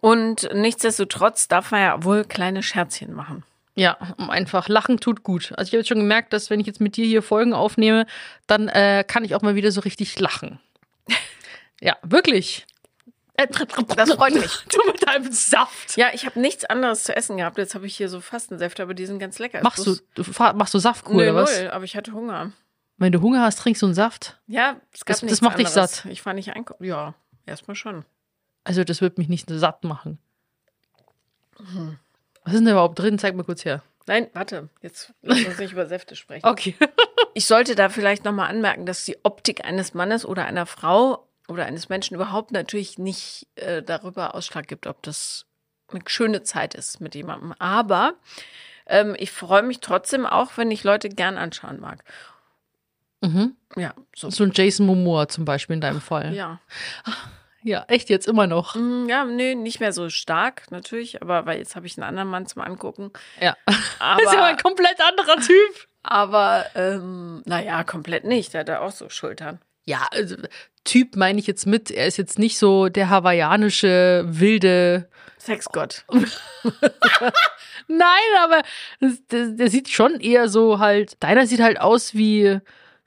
S2: Und nichtsdestotrotz darf man ja wohl kleine Scherzchen machen.
S1: Ja, um einfach lachen tut gut. Also ich habe jetzt schon gemerkt, dass wenn ich jetzt mit dir hier Folgen aufnehme, dann äh, kann ich auch mal wieder so richtig lachen. ja, wirklich.
S2: Das freut mich.
S1: Du mit deinem Saft.
S2: Ja, ich habe nichts anderes zu essen gehabt. Jetzt habe ich hier so Fastensäfte, aber die sind ganz lecker.
S1: Machst du, du fa- machst du Saftkur
S2: cool,
S1: oder was?
S2: Null, aber ich hatte Hunger.
S1: Wenn du Hunger hast, trinkst du einen Saft.
S2: Ja, es gab
S1: Das- das
S2: nichts
S1: macht dich
S2: anderes.
S1: satt.
S2: Ich war nicht einkaufen. Ja, erstmal schon.
S1: Also das wird mich nicht satt machen. Mhm. Was ist denn da überhaupt drin? Zeig mal kurz her.
S2: Nein, warte, jetzt lass uns nicht über Säfte sprechen.
S1: Okay.
S2: Ich sollte da vielleicht nochmal anmerken, dass die Optik eines Mannes oder einer Frau oder eines Menschen überhaupt natürlich nicht äh, darüber Ausschlag gibt, ob das eine schöne Zeit ist mit jemandem. Aber Ähm, ich freue mich trotzdem auch, wenn ich Leute gern anschauen mag.
S1: Mhm.
S2: Ja, so.
S1: So ein Jason Momoa zum Beispiel in deinem Fall.
S2: Ja.
S1: Ja, echt jetzt immer noch.
S2: Mm, Ja, nö, nicht mehr so stark natürlich, aber weil jetzt habe ich einen anderen Mann zum Angucken.
S1: Ja.
S2: Aber,
S1: ist ja mal ein komplett anderer Typ.
S2: aber ähm, naja, komplett nicht. Der hat ja auch so Schultern.
S1: Ja, also, Typ meine ich jetzt mit. Er ist jetzt nicht so der hawaiianische, wilde.
S2: Sexgott.
S1: Nein, aber das, das, der sieht schon eher so halt. Deiner sieht halt aus wie.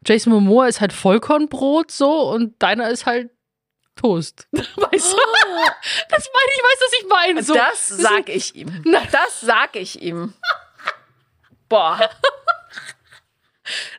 S1: Jason Momoa ist halt Vollkornbrot so und deiner ist halt Toast. Weißt du? Das meine ich, weißt du, was ich meine? So,
S2: das
S1: ist ein-
S2: sag ich ihm. Das sag ich ihm. Boah,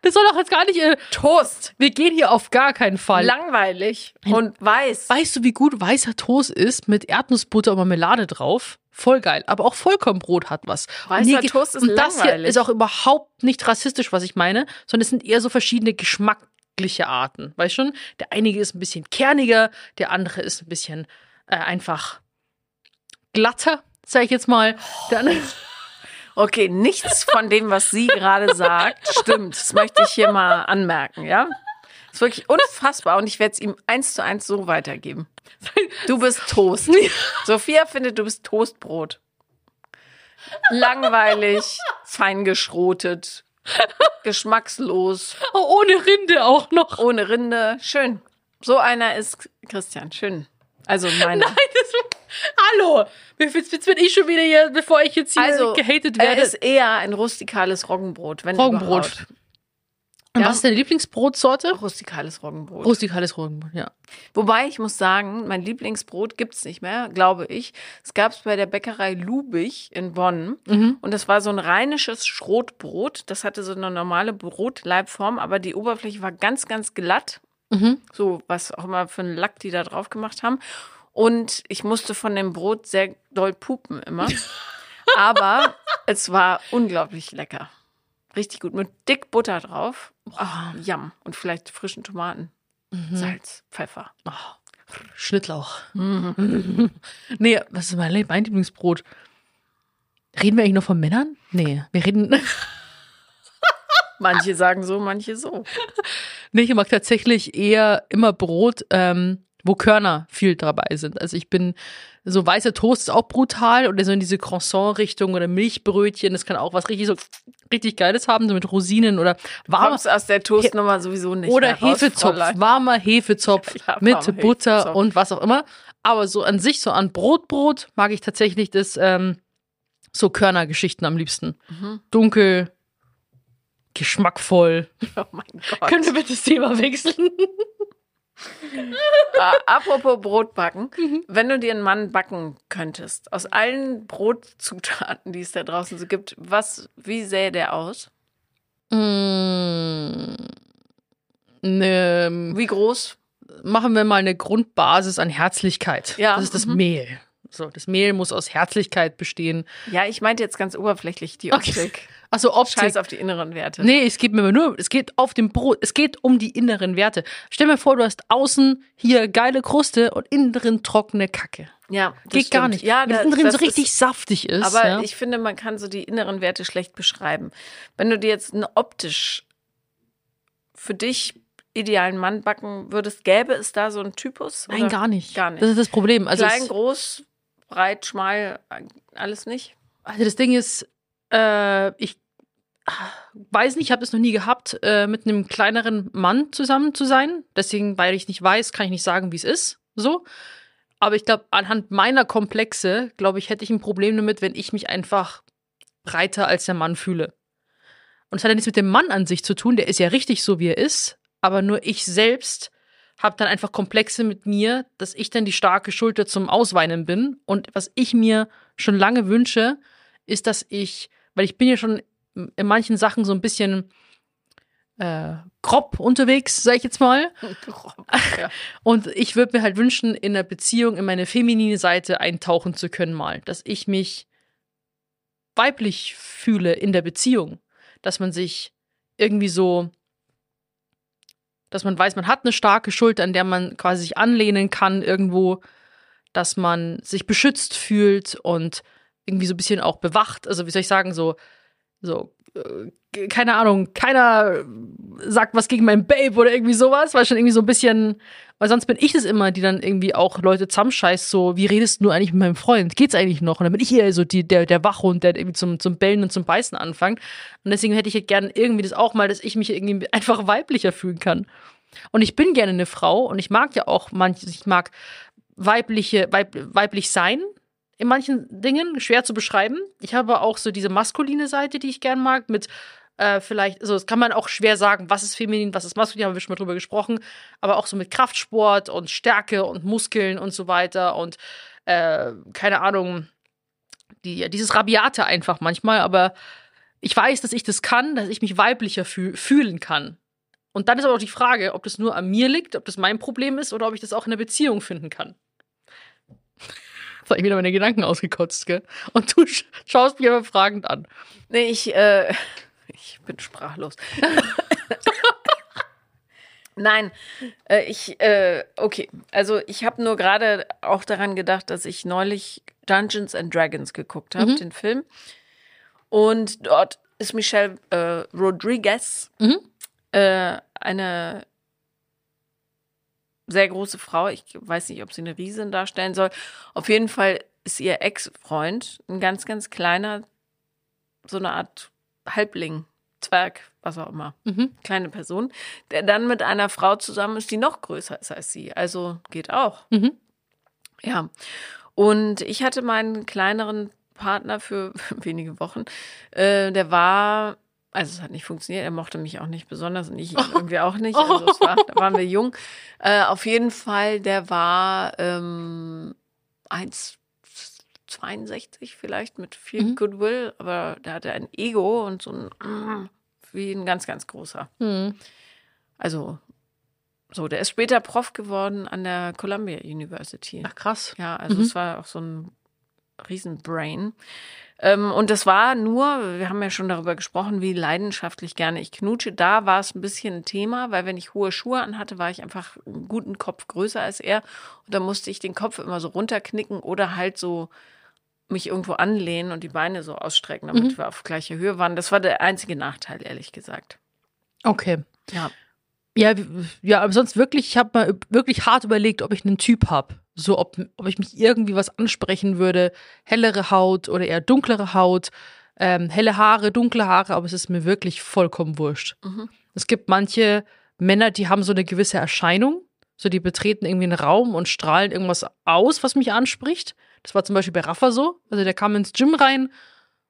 S1: Das soll doch jetzt gar nicht. äh,
S2: Toast.
S1: Wir gehen hier auf gar keinen Fall.
S2: Langweilig und weiß.
S1: Weißt du, wie gut weißer Toast ist mit Erdnussbutter und Marmelade drauf? Voll geil. Aber auch Vollkornbrot hat was.
S2: Weißer
S1: Und hier geht-
S2: Toast ist
S1: Und das hier
S2: langweilig.
S1: ist auch überhaupt nicht rassistisch, was ich meine, sondern es sind eher so verschiedene geschmackliche Arten. Weißt schon? Der einige ist ein bisschen kerniger, der andere ist ein bisschen äh, einfach glatter, sag ich jetzt mal. Der andere,
S2: Okay, nichts von dem, was sie gerade sagt, stimmt. Das möchte ich hier mal anmerken, ja? ist wirklich unfassbar und ich werde es ihm eins zu eins so weitergeben. Du bist Toast. Sophia findet, du bist Toastbrot. Langweilig, fein geschrotet, geschmackslos,
S1: oh, ohne Rinde auch noch.
S2: ohne Rinde. Schön. So einer ist Christian. Schön. Also meiner.
S1: Nein, das, hallo! Jetzt, jetzt bin ich schon wieder hier, bevor ich jetzt hier gehatet werde.
S2: Also, er ist eher ein rustikales Roggenbrot,
S1: Äh,
S2: wenn
S1: Roggenbrot.
S2: überhaupt.
S1: Und
S2: Ja.
S1: was ist deine Lieblingsbrotsorte?
S2: Rustikales Roggenbrot.
S1: Rustikales Roggenbrot, ja.
S2: Wobei ich muss sagen, mein Lieblingsbrot gibt's nicht mehr, glaube ich. Es gab's bei der Bäckerei Lubich in Bonn.
S1: Mhm.
S2: Und das war so ein rheinisches Schrotbrot. Das hatte so eine normale Brotleibform, aber die Oberfläche war ganz, ganz glatt.
S1: Mhm.
S2: So, was auch immer für einen Lack die da drauf gemacht haben. Und ich musste von dem Brot sehr doll pupen immer. Aber es war unglaublich lecker. Richtig gut. Mit dick Butter drauf. Oh, Yum. Und vielleicht frischen Tomaten.
S1: Mhm.
S2: Salz, Pfeffer. Mhm.
S1: Schnittlauch. nee, was ist mein, Lieb- mein Lieblingsbrot? Reden wir eigentlich nur von Männern? Nee, wir reden.
S2: Manche sagen so, manche so.
S1: nee, ich mag tatsächlich eher immer Brot, ähm, wo Körner viel dabei sind. Also ich bin, so weißer Toast ist auch brutal oder so in diese Croissant-Richtung oder Milchbrötchen, das kann auch was richtig so richtig Geiles haben, so mit Rosinen oder warmes
S2: Kommst aus der Toastnummer sowieso nicht
S1: Oder
S2: mehr raus,
S1: Hefezopf,
S2: Fräulein.
S1: warmer Hefezopf
S2: Ja,
S1: mit
S2: warmer
S1: Butter
S2: Hefezopf.
S1: und was auch immer. Aber so an sich, so an Brotbrot, mag ich tatsächlich das ähm, so Körnergeschichten am liebsten.
S2: Mhm.
S1: Dunkel, geschmackvoll.
S2: Oh mein Gott.
S1: Können wir bitte das Thema wechseln?
S2: Äh, apropos Brot backen.
S1: Mhm.
S2: Wenn du dir einen Mann backen könntest, aus allen Brotzutaten, die es da draußen so gibt, was, wie sähe der aus?
S1: Mm, ne,
S2: Wie groß?
S1: machen wir mal eine Grundbasis an Herzlichkeit.
S2: Ja,
S1: Das ist das
S2: mhm.
S1: Mehl. So, das Mehl muss aus Herzlichkeit bestehen.
S2: Ja, ich meinte jetzt ganz oberflächlich die
S1: Okay.
S2: Optik.
S1: Also Optik.
S2: Scheiß auf die inneren Werte.
S1: Nee, es geht mir nur, es geht auf dem Brot, es geht um die inneren Werte. Stell mir vor, du hast außen hier geile Kruste und innen drin trockene Kacke.
S2: Ja, das
S1: geht gar
S2: stimmt.
S1: nicht.
S2: Ja,
S1: Wenn es
S2: da-
S1: innen drin
S2: das
S1: so richtig
S2: ist-
S1: saftig ist.
S2: Aber
S1: ja.
S2: ich finde, man kann so die inneren Werte schlecht beschreiben. Wenn du dir jetzt einen optisch für dich idealen Mann backen würdest, gäbe es da so einen Typus?
S1: Nein,
S2: oder?
S1: gar nicht.
S2: Gar nicht.
S1: Das ist das Problem. Also,
S2: Klein,
S1: es,
S2: groß, breit, schmal, alles nicht?
S1: also das Ding ist, äh, ich weiß nicht, ich habe das noch nie gehabt, äh, mit einem kleineren Mann zusammen zu sein. Deswegen, weil ich nicht weiß, kann ich nicht sagen, wie es ist. So. Aber ich glaube, anhand meiner Komplexe, glaube ich, hätte ich ein Problem damit, wenn ich mich einfach breiter als der Mann fühle. Und es hat ja nichts mit dem Mann an sich zu tun, der ist ja richtig so, wie er ist. Aber nur ich selbst habe dann einfach Komplexe mit mir, dass ich dann die starke Schulter zum Ausweinen bin. Und was ich mir schon lange wünsche, ist, dass ich, weil ich bin ja schon in manchen Sachen so ein bisschen äh, grob unterwegs, sag ich jetzt mal.
S2: Ja.
S1: Und ich würde mir halt wünschen, in einer Beziehung in meine feminine Seite eintauchen zu können, mal. Dass ich mich weiblich fühle in der Beziehung. Dass man sich irgendwie so, dass man weiß, man hat eine starke Schulter, an der man quasi sich anlehnen kann irgendwo. Dass man sich beschützt fühlt und irgendwie so ein bisschen auch bewacht. Also, wie soll ich sagen, so So, äh, keine Ahnung, keiner sagt was gegen mein Babe oder irgendwie sowas, weil schon irgendwie so ein bisschen, weil sonst bin ich es immer, die dann irgendwie auch Leute zusammenscheißt, so, wie redest du eigentlich mit meinem Freund? Geht's eigentlich noch? Und dann bin ich hier so die, der, der Wachhund, der irgendwie zum, zum Bellen und zum Beißen anfängt. Und deswegen hätte ich halt gerne irgendwie das auch mal, dass ich mich irgendwie einfach weiblicher fühlen kann. Und ich bin gerne eine Frau und ich mag ja auch manches, ich mag weibliche, weib, weiblich sein in manchen Dingen, schwer zu beschreiben. Ich habe auch so diese maskuline Seite, die ich gern mag, mit äh, vielleicht, also das kann man auch schwer sagen, was ist feminin, was ist maskulin, haben wir schon mal drüber gesprochen, aber auch so mit Kraftsport und Stärke und Muskeln und so weiter und äh, keine Ahnung, die, dieses Rabiate einfach manchmal, aber ich weiß, dass ich das kann, dass ich mich weiblicher fühl fühlen kann. Und dann ist aber auch die Frage, ob das nur an mir liegt, ob das mein Problem ist oder ob ich das auch in der Beziehung finden kann. Jetzt habe ich wieder meine Gedanken ausgekotzt, gell? Und du sch schaust mich aber fragend an.
S2: Nee, ich, äh, ich bin sprachlos. Nein, äh, ich, äh, okay. Also ich habe nur gerade auch daran gedacht, dass ich neulich Dungeons and Dragons geguckt habe, den Film. Und dort ist Michelle äh, Rodriguez,
S1: Mhm.
S2: äh, eine sehr große Frau. Ich weiß nicht, ob sie eine Riesin darstellen soll. Auf jeden Fall ist ihr Ex-Freund ein ganz, ganz kleiner, so eine Art Halbling, Zwerg, was auch immer
S1: Mhm.
S2: kleine Person, der dann mit einer Frau zusammen ist, die noch größer ist als sie. Also geht auch.
S1: Mhm.
S2: Ja. Und ich hatte meinen kleineren Partner für wenige Wochen. Äh, der war, also es hat nicht funktioniert, er mochte mich auch nicht besonders und ich ihn irgendwie auch nicht. Also es war, da waren wir jung. Äh, auf jeden Fall, der war ähm, 1, 62 vielleicht mit viel
S1: Mhm.
S2: Goodwill, aber der hatte ein Ego und so ein wie ein ganz, ganz großer.
S1: Mhm.
S2: Also, so, der ist später Prof geworden an der Columbia University.
S1: Ach, krass.
S2: Ja, also
S1: Mhm.
S2: es war auch so ein Riesenbrain. Ähm, und das war nur, wir haben ja schon darüber gesprochen, wie leidenschaftlich gerne ich knutsche. Da war es ein bisschen ein Thema, weil wenn ich hohe Schuhe anhatte, war ich einfach einen guten Kopf größer als er. Und da musste ich den Kopf immer so runterknicken oder halt so mich irgendwo anlehnen und die Beine so ausstrecken, damit
S1: Mhm.
S2: wir auf gleicher Höhe waren. Das war der einzige Nachteil, ehrlich gesagt.
S1: Okay.
S2: Ja.
S1: Ja, w- ja, aber sonst wirklich, ich habe mal üb- wirklich hart überlegt, ob ich einen Typ habe. So, ob, ob ich mich irgendwie was ansprechen würde. Hellere Haut oder eher dunklere Haut. Ähm, helle Haare, dunkle Haare, aber es ist mir wirklich vollkommen wurscht.
S2: Mhm.
S1: Es gibt manche Männer, die haben so eine gewisse Erscheinung. So, die betreten irgendwie einen Raum und strahlen irgendwas aus, was mich anspricht. Das war zum Beispiel bei Rafa so. Also, der kam ins Gym rein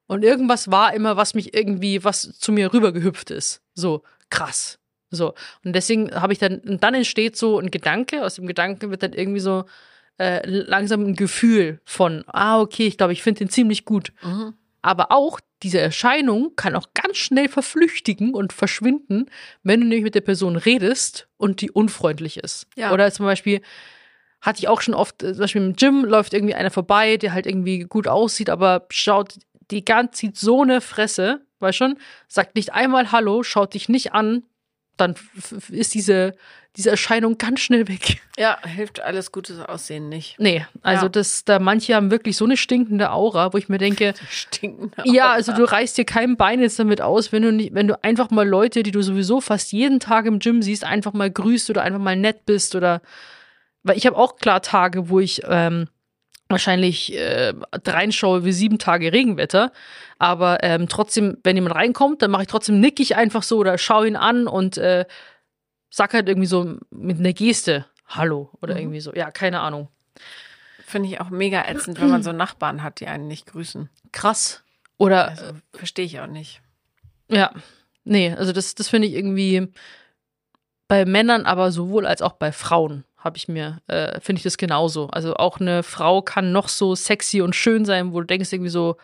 S1: und irgendwas war immer, was mich irgendwie, was zu mir rübergehüpft ist. So, krass. So. Und deswegen habe ich dann, und dann entsteht so ein Gedanke, aus dem Gedanken wird dann irgendwie so äh, langsam ein Gefühl von, ah, okay, ich glaube, ich finde den ziemlich gut.
S2: Mhm.
S1: Aber auch diese Erscheinung kann auch ganz schnell verflüchtigen und verschwinden, wenn du nämlich mit der Person redest und die unfreundlich ist.
S2: Ja.
S1: Oder zum Beispiel hatte ich auch schon oft, äh, zum Beispiel im Gym läuft irgendwie einer vorbei, der halt irgendwie gut aussieht, aber schaut die ganze zieht so eine Fresse, weißt schon, sagt nicht einmal Hallo, schaut dich nicht an, dann f- f- ist diese, diese Erscheinung ganz schnell weg.
S2: Ja, hilft alles gutes Aussehen nicht.
S1: Nee, also
S2: Ja.
S1: das, da manche haben wirklich so eine stinkende Aura, wo ich mir denke,
S2: Stinkende
S1: Ja,
S2: Aura.
S1: also du reißt dir kein Bein jetzt damit aus, wenn du nicht, wenn du einfach mal Leute, die du sowieso fast jeden Tag im Gym siehst, einfach mal grüßt oder einfach mal nett bist oder weil ich habe auch klar Tage, wo ich ähm, wahrscheinlich äh, reinschaue wie sieben Tage Regenwetter. Aber ähm, trotzdem, wenn jemand reinkommt, dann mache ich trotzdem nick ich einfach so oder schaue ihn an und äh, sag halt irgendwie so mit einer Geste Hallo oder
S2: Mhm.
S1: irgendwie so. Ja, keine Ahnung.
S2: Finde ich auch mega ätzend, wenn man so Nachbarn hat, die einen nicht grüßen.
S1: Krass. Oder
S2: Also verstehe ich auch nicht.
S1: Ja, nee, also das, das finde ich irgendwie bei Männern, aber sowohl als auch bei Frauen habe ich mir, äh, finde ich das genauso. Also auch eine Frau kann noch so sexy und schön sein, wo du denkst irgendwie so,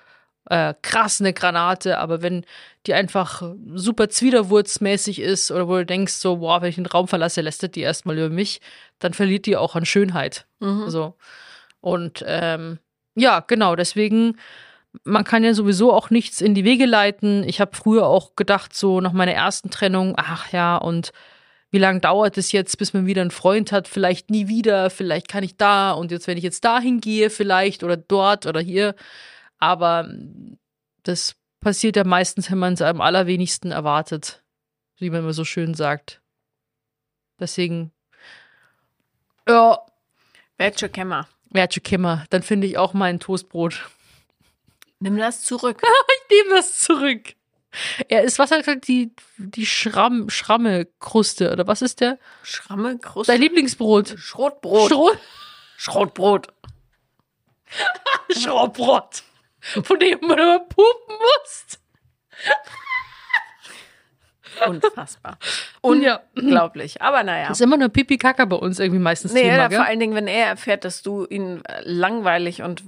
S1: äh, krass, eine Granate, aber wenn die einfach super Zwiderwurzmäßig ist oder wo du denkst so, boah, wenn ich den Raum verlasse, lästert die erstmal über mich, dann verliert die auch an Schönheit.
S2: Mhm.
S1: So. Und ähm, ja, genau, deswegen, man kann ja sowieso auch nichts in die Wege leiten. Ich habe früher auch gedacht, so nach meiner ersten Trennung, ach ja, und wie lange dauert es jetzt, bis man wieder einen Freund hat? Vielleicht nie wieder, vielleicht kann ich da und jetzt, wenn ich jetzt dahin gehe, vielleicht oder dort oder hier. Aber ähm, das passiert ja meistens, wenn man es am allerwenigsten erwartet, wie man immer so schön sagt. Deswegen, ja,
S2: Welche Kämmer?
S1: Wertsche Kimmer, dann finde ich auch mein Toastbrot.
S2: Nimm das zurück.
S1: nehme das zurück. Er ist, was hat er gesagt, die, die Schramm, Schramme-Kruste oder was ist der?
S2: Schramme, Kruste.
S1: Sein Lieblingsbrot.
S2: Schrotbrot.
S1: Stroh-
S2: Schrotbrot.
S1: Schrotbrot. Von dem man immer pupen muss.
S2: Unfassbar.
S1: Ja.
S2: Unglaublich. Aber naja.
S1: Ist immer nur Pipi-Kaka bei uns irgendwie meistens
S2: Nee,
S1: Thema,
S2: ja, vor
S1: gell?
S2: allen Dingen, wenn er erfährt, dass du ihn äh, langweilig und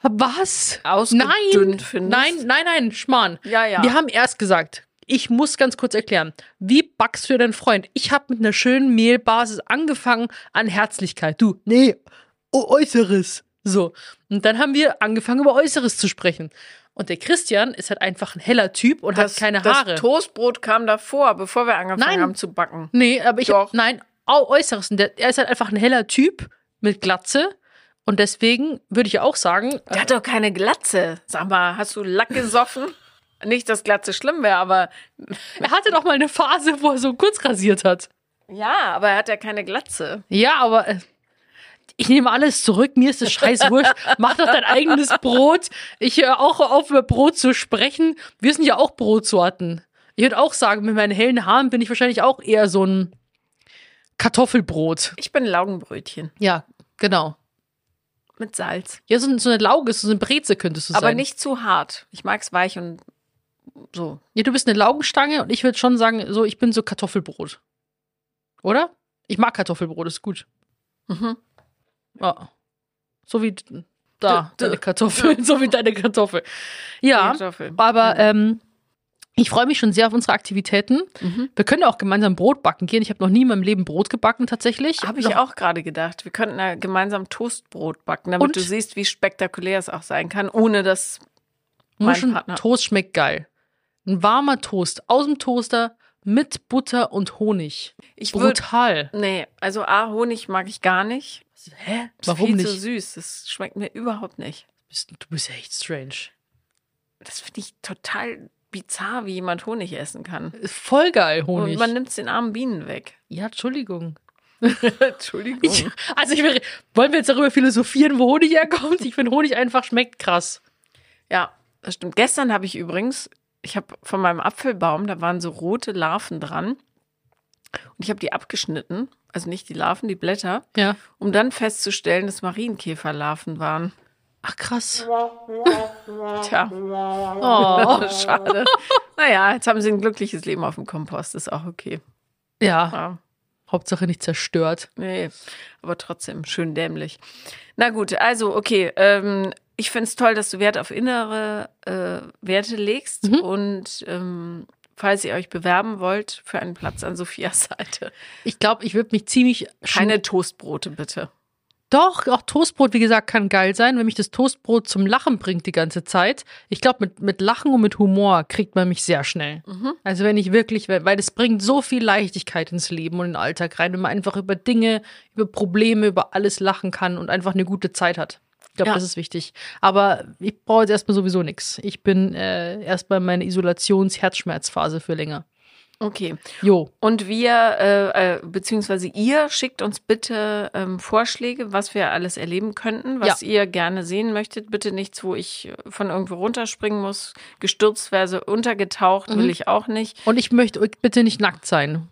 S1: Was? Nein,
S2: ausgedünnt findest.
S1: nein, nein, nein, Schmarrn.
S2: Ja, Ah, ja.
S1: Wir haben erst gesagt, ich muss ganz kurz erklären, wie backst du dir deinen Freund? Ich habe mit einer schönen Mehlbasis angefangen an Herzlichkeit. Du, nee, Ä- Äußeres. So. Und dann haben wir angefangen, über Äußeres zu sprechen. Und der Christian ist halt einfach ein heller Typ und
S2: das,
S1: hat halt keine
S2: das
S1: Haare.
S2: Toastbrot kam davor, bevor wir angefangen
S1: Nein.
S2: haben zu backen.
S1: Nee, aber ich.
S2: Doch.
S1: Nein, au, äußeres. Und Der, er ist halt einfach ein heller Typ mit Glatze. Und deswegen würde ich auch sagen,
S2: Der hat doch keine Glatze. Sag mal, hast du Lack gesoffen? Nicht, dass Glatze schlimm wäre, aber
S1: er hatte doch mal eine Phase, wo er so kurz rasiert hat.
S2: ja, aber er hat ja keine Glatze.
S1: Ja, aber äh, ich nehme alles zurück. Mir ist es scheiß wurscht. Mach doch dein eigenes Brot. Ich höre auch auf, über Brot zu sprechen. Wir sind ja auch Brotsorten. Ich würde auch sagen, mit meinen hellen Haaren bin ich wahrscheinlich auch eher so ein Kartoffelbrot.
S2: Ich bin Laugenbrötchen
S1: Ja, genau.
S2: mit Salz,
S1: Ja, so, so eine Lauge, so eine Breze könntest du
S2: aber
S1: sein.
S2: nicht zu hart. Ich mag's weich und so.
S1: Ja, du bist eine Laugenstange und ich würde schon sagen, so, ich bin so Kartoffelbrot. Oder? Ich mag Kartoffelbrot, ist gut.
S2: Mhm.
S1: Ja. So wie d- da,
S2: D- d-
S1: deine Kartoffel. So wie deine Kartoffel. Ja,
S2: Kartoffel.
S1: aber ähm, ich freue mich schon sehr auf unsere Aktivitäten.
S2: Mhm.
S1: Wir können auch gemeinsam Brot backen gehen. Ich habe noch nie in meinem Leben Brot gebacken, tatsächlich.
S2: Habe
S1: Noch-
S2: ich auch gerade gedacht. Wir könnten ja gemeinsam Toastbrot backen, damit
S1: Und?
S2: du siehst, wie spektakulär es auch sein kann, ohne dass mein
S1: Muscheln,
S2: Partner.
S1: Toast schmeckt geil. Ein warmer Toast aus dem Toaster mit Butter und Honig.
S2: ich würde.
S1: Brutal.
S2: Nee, also A, Honig mag ich gar nicht.
S1: Hä?
S2: Ist
S1: Warum
S2: viel
S1: nicht?
S2: zu süß. Das schmeckt mir überhaupt nicht.
S1: Bist- Du bist echt strange.
S2: Das finde ich total bizarr, wie jemand Honig essen kann.
S1: Voll geil, Honig.
S2: Und man nimmt den armen Bienen weg.
S1: ja, Entschuldigung.
S2: Entschuldigung.
S1: Ich, also ich wäre, wollen wir jetzt darüber philosophieren, wo Honig herkommt? Ich finde Honig einfach schmeckt krass.
S2: Ja, das stimmt. Gestern habe ich übrigens, ich habe von meinem Apfelbaum, da waren so rote Larven dran. Und ich habe die abgeschnitten. Also nicht die Larven, die Blätter.
S1: Ja.
S2: um dann festzustellen, dass Marienkäferlarven waren.
S1: Ach krass.
S2: Tja,
S1: Oh.
S2: schade. naja, jetzt haben sie ein glückliches Leben auf dem Kompost, ist auch okay.
S1: Ja,
S2: Ja,
S1: Hauptsache nicht zerstört.
S2: nee, aber trotzdem, schön dämlich. Na gut, also okay, ähm, ich finde es toll, dass du Wert auf innere äh, Werte legst
S1: Mhm.
S2: und ähm, falls ihr euch bewerben wollt für einen Platz an Sophias Seite,
S1: Ich glaube, ich würde mich ziemlich schn-
S2: keine Toastbrote bitte.
S1: Doch, auch Toastbrot, wie gesagt, kann geil sein, wenn mich das Toastbrot zum Lachen bringt die ganze Zeit. Ich glaube, mit, mit Lachen und mit Humor kriegt man mich sehr schnell.
S2: Mhm.
S1: Also wenn ich wirklich, weil weil das bringt so viel Leichtigkeit ins Leben und in den Alltag rein, wenn man einfach über Dinge, über Probleme, über alles lachen kann und einfach eine gute Zeit hat. Ich glaube,
S2: Ja.
S1: das ist wichtig. Aber ich brauche jetzt erstmal sowieso nichts. Ich bin äh, erstmal in meiner Isolations-Herzschmerzphase für länger.
S2: Okay.
S1: Jo,
S2: Und wir, äh, äh, beziehungsweise ihr schickt uns bitte ähm, Vorschläge, was wir alles erleben könnten, was ihr gerne sehen möchtet. Bitte nichts, wo ich äh, von irgendwo runterspringen muss. Gestürzt wäre untergetaucht, will ich auch nicht.
S1: und ich möchte bitte nicht nackt sein,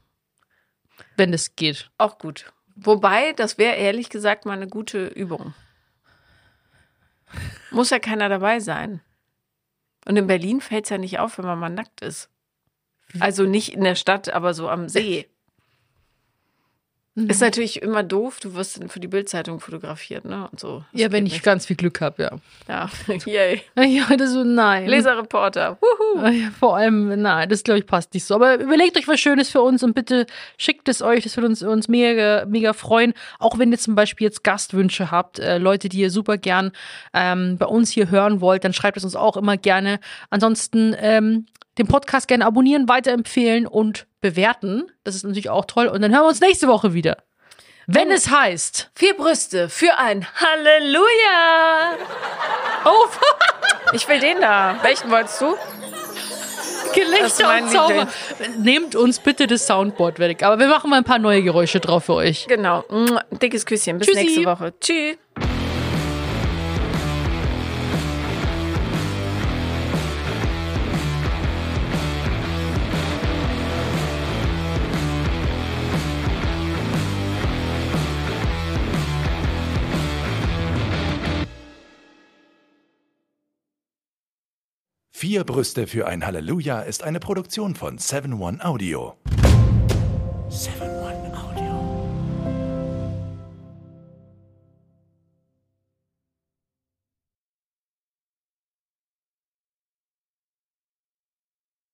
S1: wenn es geht.
S2: Auch gut. Wobei, das wäre ehrlich gesagt mal eine gute Übung. Muss ja keiner dabei sein. Und in Berlin fällt es ja nicht auf, wenn man mal nackt ist. Also nicht in der Stadt, aber so am See. Ist natürlich immer doof, du wirst dann für die Bildzeitung fotografiert, ne? Und so. Das
S1: Ja, wenn
S2: geht
S1: ich ganz viel Glück habe, ja.
S2: nicht. Ja, yay.
S1: Ja, das so, nein.
S2: Leserreporter. Wuhu.
S1: Ja, Vor allem, nein, das glaube ich passt nicht so. Aber überlegt euch was Schönes für uns und bitte schickt es euch. Das würde uns, uns mega, mega freuen. Auch wenn ihr zum Beispiel jetzt Gastwünsche habt, äh, Leute, die ihr super gern ähm, bei uns hier hören wollt, dann schreibt es uns auch immer gerne. Ansonsten ähm, den Podcast gerne abonnieren, weiterempfehlen und bewerten. Das ist natürlich auch toll. Und dann hören wir uns nächste Woche wieder. Wenn es heißt,
S2: Vier Brüste für ein Halleluja.
S1: oh,
S2: Ich will den da. Welchen wolltest du? Das ist
S1: Gelächter
S2: mein
S1: und Zauber. Nehmt uns bitte das Soundboard weg. Aber wir machen mal ein paar neue Geräusche drauf für euch.
S2: Genau. Mua. Dickes Küsschen. Bis
S1: Tschüssi.
S2: nächste Woche. Tschüss.
S5: Vier Brüste für ein Halleluja ist eine Produktion von 7-One Audio. 7-One.